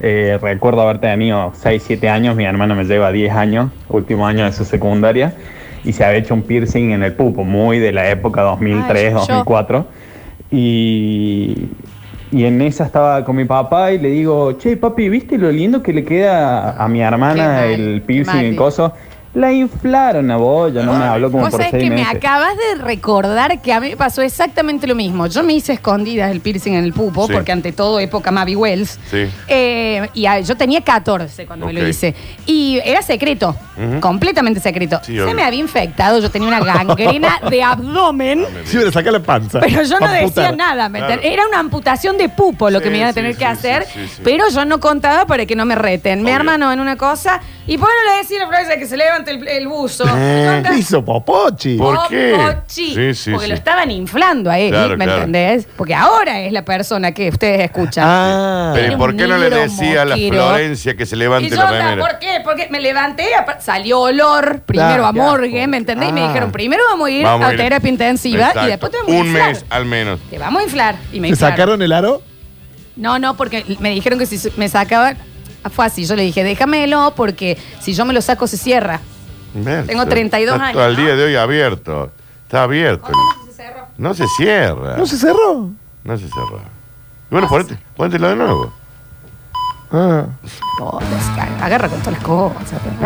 [SPEAKER 9] Eh, recuerdo haber tenido 6, 7 años, mi hermano me lleva 10 años, último año de su secundaria, y se había hecho un piercing en el pupo, muy de la época 2003,
[SPEAKER 13] Ay, yo-
[SPEAKER 9] 2004. Y, y en esa estaba con mi papá y le digo, che, papi, ¿viste lo lindo que le queda a mi hermana
[SPEAKER 1] Qué mal,
[SPEAKER 9] el
[SPEAKER 1] qué
[SPEAKER 9] piercing
[SPEAKER 1] mal,
[SPEAKER 9] y el
[SPEAKER 1] tío.
[SPEAKER 9] coso? La inflaron a boya, no me habló como
[SPEAKER 1] Vos
[SPEAKER 9] por
[SPEAKER 1] sabés
[SPEAKER 9] seis
[SPEAKER 1] que me
[SPEAKER 9] meses.
[SPEAKER 1] acabas de recordar que a mí me pasó exactamente lo mismo. Yo me hice escondidas el piercing en el pupo,
[SPEAKER 2] Sí.
[SPEAKER 1] porque ante todo época Mavi Wells.
[SPEAKER 2] Sí.
[SPEAKER 1] Eh, y a- yo tenía 14 cuando me lo
[SPEAKER 2] Ok.
[SPEAKER 1] hice. Y era secreto,
[SPEAKER 2] Ujú.
[SPEAKER 1] completamente secreto.
[SPEAKER 2] Sí,
[SPEAKER 1] Se
[SPEAKER 2] obvio.
[SPEAKER 1] me había infectado, yo tenía una gangrena de abdomen.
[SPEAKER 3] Sí, pero saca la panza.
[SPEAKER 1] Pero yo no
[SPEAKER 3] Pa'
[SPEAKER 1] decía
[SPEAKER 3] amputar.
[SPEAKER 1] nada, ¿me
[SPEAKER 3] Claro.
[SPEAKER 1] enten- era una amputación de pupo lo que
[SPEAKER 3] Sí,
[SPEAKER 1] me iba a
[SPEAKER 3] sí,
[SPEAKER 1] tener
[SPEAKER 3] sí,
[SPEAKER 1] que hacer,
[SPEAKER 3] sí, sí.
[SPEAKER 1] pero yo no contaba para que no me reten. Mi hermano en una cosa, y por qué no le decía a la Florencia que se levante el, el buzo.
[SPEAKER 3] ¿Qué Eh, hizo Popochi?
[SPEAKER 1] Oh, pochi. porque lo estaban inflando a él,
[SPEAKER 2] Claro,
[SPEAKER 1] ¿me
[SPEAKER 2] claro.
[SPEAKER 1] entendés? Porque ahora es la persona que ustedes escuchan.
[SPEAKER 3] Ah.
[SPEAKER 2] Pero ¿y
[SPEAKER 1] Era
[SPEAKER 2] por
[SPEAKER 1] un
[SPEAKER 2] qué no le
[SPEAKER 1] negro
[SPEAKER 2] decía a la
[SPEAKER 1] moquero.
[SPEAKER 2] Florencia que se
[SPEAKER 1] Y
[SPEAKER 2] levante
[SPEAKER 1] yo,
[SPEAKER 2] la
[SPEAKER 1] onda, ¿por
[SPEAKER 2] remera?
[SPEAKER 1] qué? Porque me levanté, apa- salió olor, primero
[SPEAKER 2] Claro,
[SPEAKER 1] a
[SPEAKER 2] qué
[SPEAKER 1] morgue, ¿me entendés? Y me
[SPEAKER 2] Ah.
[SPEAKER 1] dijeron, primero vamos a ir
[SPEAKER 2] Vamos
[SPEAKER 1] a
[SPEAKER 2] a ir.
[SPEAKER 1] terapia intensiva y
[SPEAKER 2] Exacto.
[SPEAKER 1] después te vamos a
[SPEAKER 2] Un
[SPEAKER 1] inflar.
[SPEAKER 2] mes al menos.
[SPEAKER 1] Te vamos a inflar. Y me
[SPEAKER 3] ¿Te
[SPEAKER 1] inflaron.
[SPEAKER 3] sacaron el aro?
[SPEAKER 1] No, no, porque me dijeron que si se- me sacaban. Fue así, yo le dije, déjamelo porque si yo me lo saco se cierra. Tengo 32
[SPEAKER 2] Está
[SPEAKER 1] años,
[SPEAKER 2] Todo el
[SPEAKER 1] ¿no?
[SPEAKER 2] día de hoy abierto. Está abierto. No se cierra.
[SPEAKER 3] ¿No se cerró?
[SPEAKER 2] No se cerró. Y
[SPEAKER 1] Ah,
[SPEAKER 2] Bueno, ponete, ponételo de nuevo.
[SPEAKER 3] Ah.
[SPEAKER 1] No, agarra con todas las cosas.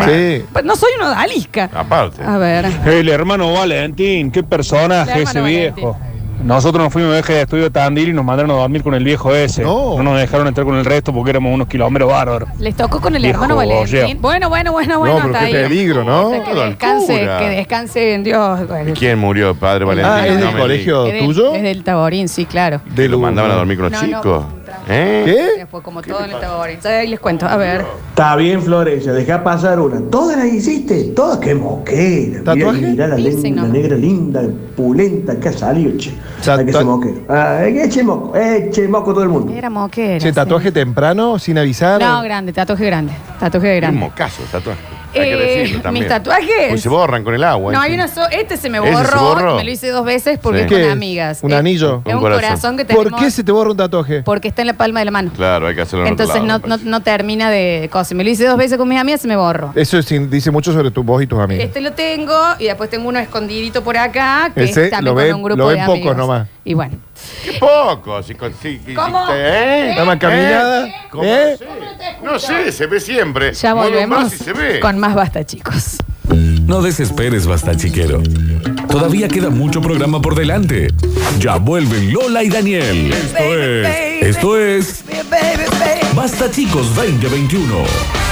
[SPEAKER 3] Sí.
[SPEAKER 1] Pues no soy una odalisca.
[SPEAKER 2] Aparte.
[SPEAKER 1] A ver.
[SPEAKER 15] El hermano Valentín, qué personaje
[SPEAKER 1] El
[SPEAKER 15] ese
[SPEAKER 1] hermano
[SPEAKER 15] viejo. Nosotros nos fuimos de viaje de estudio a Tandil y nos mandaron a dormir con el viejo ese. No, nos dejaron entrar con el resto porque éramos unos kilómetros bárbaros.
[SPEAKER 1] Les tocó con el
[SPEAKER 15] Viejo
[SPEAKER 1] hermano Valentín.
[SPEAKER 15] bolleo.
[SPEAKER 1] Bueno, bueno, bueno, bueno, hasta ahí.
[SPEAKER 2] ¿no?
[SPEAKER 1] Que descanse, que descanse en Dios. Bueno.
[SPEAKER 2] ¿Quién murió, padre Valentín?
[SPEAKER 3] Ah, ¿es del
[SPEAKER 2] me
[SPEAKER 3] colegio
[SPEAKER 1] Es
[SPEAKER 2] digas.
[SPEAKER 1] del- Es del Taborín, sí, claro.
[SPEAKER 2] ¿Lo
[SPEAKER 3] Uh.
[SPEAKER 2] mandaban a dormir con los
[SPEAKER 1] No, no,
[SPEAKER 2] chicos? ¿Eh?
[SPEAKER 1] Después, como todo en el Taborín. Ya Ahí les cuento, a ver.
[SPEAKER 16] Está bien, Florencia, deja pasar una. Todas las hiciste, todas que moquera.
[SPEAKER 3] ¿Tatuaje?
[SPEAKER 16] Mirá, mirá la,
[SPEAKER 1] Piercing
[SPEAKER 16] len- la
[SPEAKER 1] nomás.
[SPEAKER 16] negra linda, pulenta que ha salido, che. Hay que ser moquero. Ah, eche moco, eche moco todo el mundo.
[SPEAKER 1] Era moquera.
[SPEAKER 3] Che, tatuaje temprano, sin avisar.
[SPEAKER 1] No, grande, tatuaje grande. Tatuaje grande.
[SPEAKER 2] Mocaso, tatuaje.
[SPEAKER 1] Eh, mis tatuajes.
[SPEAKER 2] Pues se borran con el agua.
[SPEAKER 1] No,
[SPEAKER 2] ¿eh?
[SPEAKER 1] hay una so- Este se me
[SPEAKER 2] Ese
[SPEAKER 1] borró,
[SPEAKER 2] se borró.
[SPEAKER 1] me lo hice dos veces porque
[SPEAKER 2] Sí.
[SPEAKER 1] es con
[SPEAKER 2] ¿Qué es?
[SPEAKER 1] amigas.
[SPEAKER 3] ¿Un
[SPEAKER 1] Eh,
[SPEAKER 3] anillo?
[SPEAKER 1] Es un
[SPEAKER 2] Un
[SPEAKER 1] corazón,
[SPEAKER 2] corazón.
[SPEAKER 1] que tenemos.
[SPEAKER 3] ¿Por qué se te borra un tatuaje?
[SPEAKER 1] Porque está en la palma de la mano.
[SPEAKER 2] Claro, hay que hacerlo en otro
[SPEAKER 1] Entonces no,
[SPEAKER 2] lado.
[SPEAKER 1] no, no termina de cosa. Me lo hice dos veces con mis amigas, se me borró.
[SPEAKER 3] Eso es- dice mucho sobre tu, vos y tus amigos.
[SPEAKER 1] Este lo tengo y después tengo uno escondidito por acá, que
[SPEAKER 3] Ese
[SPEAKER 1] es también
[SPEAKER 3] lo
[SPEAKER 1] con
[SPEAKER 3] ven-
[SPEAKER 1] un grupo
[SPEAKER 3] lo ven
[SPEAKER 1] de
[SPEAKER 3] pocos
[SPEAKER 1] amigos.
[SPEAKER 3] nomás.
[SPEAKER 1] Y bueno.
[SPEAKER 2] Qué poco. Si, con- si, que
[SPEAKER 1] ¿Cómo?
[SPEAKER 2] hiciste, ¿eh?
[SPEAKER 3] Dame una caminada,
[SPEAKER 2] ¿Eh? ¿Cómo? No sé, se ve siempre.
[SPEAKER 1] Ya
[SPEAKER 2] Mueve un
[SPEAKER 1] volvemos
[SPEAKER 2] brazo y se ve.
[SPEAKER 1] con más basta, chicos.
[SPEAKER 17] No desesperes, basta chiquero. Todavía queda mucho programa por delante. Ya vuelven Lola y Daniel. Esto es. Esto es. Basta chicos 2021.